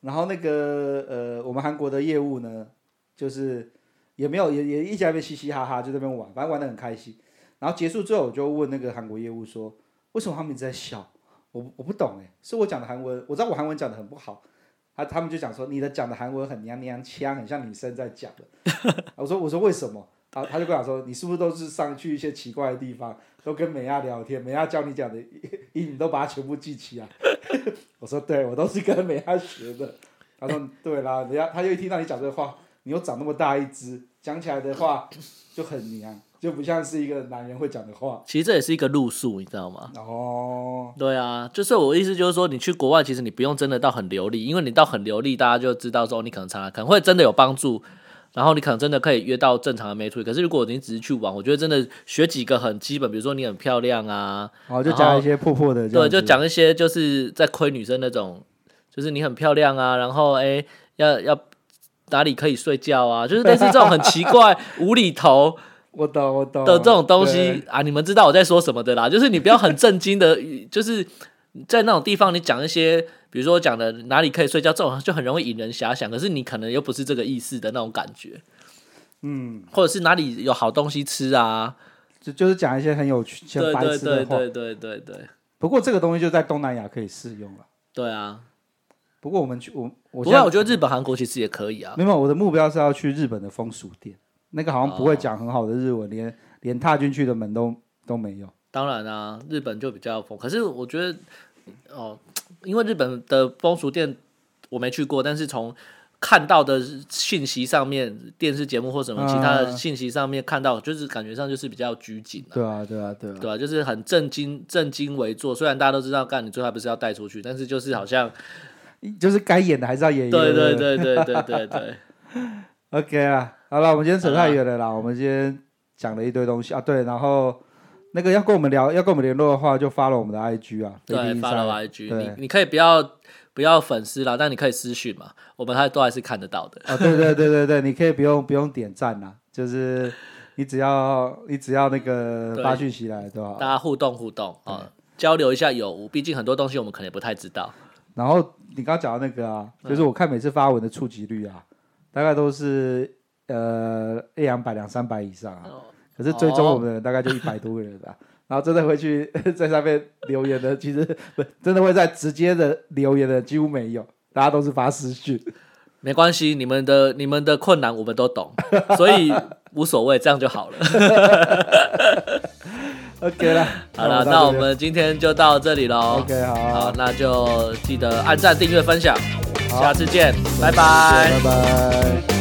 [SPEAKER 2] 然后那个呃，我们韩国的业务呢，就是也没有也也一直在那边嘻嘻哈哈，就在那边玩，反正玩的很开心。然后结束之后，我就问那个韩国业务说，为什么他们一直在笑？我不我不懂哎、是我讲的韩文，我知道我韩文讲的很不好。他他们就讲说你的讲的韩文很娘娘腔，很像女生在讲的。 我说我说为什么？啊，他就跟我讲说你是不是都是上去一些奇怪的地方，都跟美亚聊天，美亚教你讲的音你都把它全部记起来。 我说对，我都是跟美亚学的。他说对啦，人家他就一听到你讲这话，你又长那么大一只，讲起来的话就很娘，就不像是一个男人会讲的话。
[SPEAKER 1] 其实这也是一个路数，你知道吗？
[SPEAKER 2] 哦，
[SPEAKER 1] 对啊，就是我的意思就是说，你去国外其实你不用真的到很流利，因为你到很流利，大家就知道说你可能常常可能会真的有帮助，然后你可能真的可以约到正常的妹出去。可是如果你只是去玩，我觉得真的学几个很基本，比如说你很漂亮啊，
[SPEAKER 2] 哦，就
[SPEAKER 1] 然
[SPEAKER 2] 讲
[SPEAKER 1] 后
[SPEAKER 2] 一些破破的这
[SPEAKER 1] 对，
[SPEAKER 2] 样子，
[SPEAKER 1] 就讲一些就是在亏女生那种，就是你很漂亮啊，然后哎、要要哪里可以睡觉啊，就是类似这种很奇怪无厘头。
[SPEAKER 2] 我懂我懂
[SPEAKER 1] 的这种东西
[SPEAKER 2] 嗯对
[SPEAKER 1] 啊，你们知道我在说什么的啦，就是你不要很震惊的， 就是在那种地方你讲一些，比如说讲的哪里可以睡觉，这种就很容易引人遐想，可是你可能又不是这个意思的那种感觉，
[SPEAKER 2] 嗯，
[SPEAKER 1] 或者是哪里有好东西吃啊，
[SPEAKER 2] 就就是讲一些很有趣、
[SPEAKER 1] 对
[SPEAKER 2] 很白
[SPEAKER 1] 对
[SPEAKER 2] 痴的
[SPEAKER 1] 对
[SPEAKER 2] 话。
[SPEAKER 1] 对对对对
[SPEAKER 2] 不过这个东西就在东南亚可以适用了。
[SPEAKER 1] 对啊！
[SPEAKER 2] 不过我们去我我
[SPEAKER 1] 不
[SPEAKER 2] 现
[SPEAKER 1] 过
[SPEAKER 2] 在
[SPEAKER 1] 我觉得日本、韩国其实也可以啊，
[SPEAKER 2] 没有，我的目标是要去日本的风俗店，那个好像
[SPEAKER 1] 哦
[SPEAKER 2] 不会讲很好的日文，连连踏进去的门都都没有。
[SPEAKER 1] 当然啊，日本就比较风，可是我觉得哦，因为日本的风俗店我没去过，但是从看到的信息上面，电视节目或什么其他的
[SPEAKER 2] 嗯
[SPEAKER 1] 信息上面看到，就是感觉上就是比较拘谨啊，
[SPEAKER 2] 对啊，对啊，对啊。
[SPEAKER 1] 对吧、就是很正襟正襟危坐。虽然大家都知道，干你最后还不是要带出去，但是就是好像，
[SPEAKER 2] 就是该演的还是要演一
[SPEAKER 1] 对
[SPEAKER 2] 演。
[SPEAKER 1] 对对对对对对，
[SPEAKER 2] OK 啊，好了，我们今天扯太远了啦，我们今天讲了一堆东西啊，对，然后那个要跟我们聊，要跟我们联络的话，就发了我们的 IG 啊，
[SPEAKER 1] 对
[SPEAKER 2] 飞机
[SPEAKER 1] follow
[SPEAKER 2] 上
[SPEAKER 1] IG，
[SPEAKER 2] 对
[SPEAKER 1] 你你可以不要不要粉丝啦，但你可以私讯嘛，我们还都还是看得到的。
[SPEAKER 2] 啊，对对对对对，你可以不用不用点赞啦，就是你只要你只要那个
[SPEAKER 1] 对
[SPEAKER 2] 发讯息来就好
[SPEAKER 1] 大。家互动互动啊、交流一下有无，毕竟很多东西我们可能也不太知道。
[SPEAKER 2] 然
[SPEAKER 1] 嗯
[SPEAKER 2] 后你刚刚讲到那个啊，就是我看每次发文的触及率啊，大概都是呃一两百、两三百以上啊。
[SPEAKER 1] 哦
[SPEAKER 2] 可是最终我们的人大概就一百多个人啊。然后真的会去 在上面留言的，其实不真的会在直接的留言的几乎没有，大家都是发私讯。
[SPEAKER 1] 没关系，你们的你们的困难我们都 懂，所以无所谓，这样就好了。
[SPEAKER 2] OK 了，
[SPEAKER 1] 好了，
[SPEAKER 2] 到
[SPEAKER 1] 那
[SPEAKER 2] 这
[SPEAKER 1] 我
[SPEAKER 2] 边
[SPEAKER 1] 们今天就到这里喽。
[SPEAKER 2] OK 好
[SPEAKER 1] 好，那就记得按赞、订阅、分享，
[SPEAKER 2] 好
[SPEAKER 1] 下次见，拜
[SPEAKER 2] 谢
[SPEAKER 1] 拜
[SPEAKER 2] 谢。拜拜。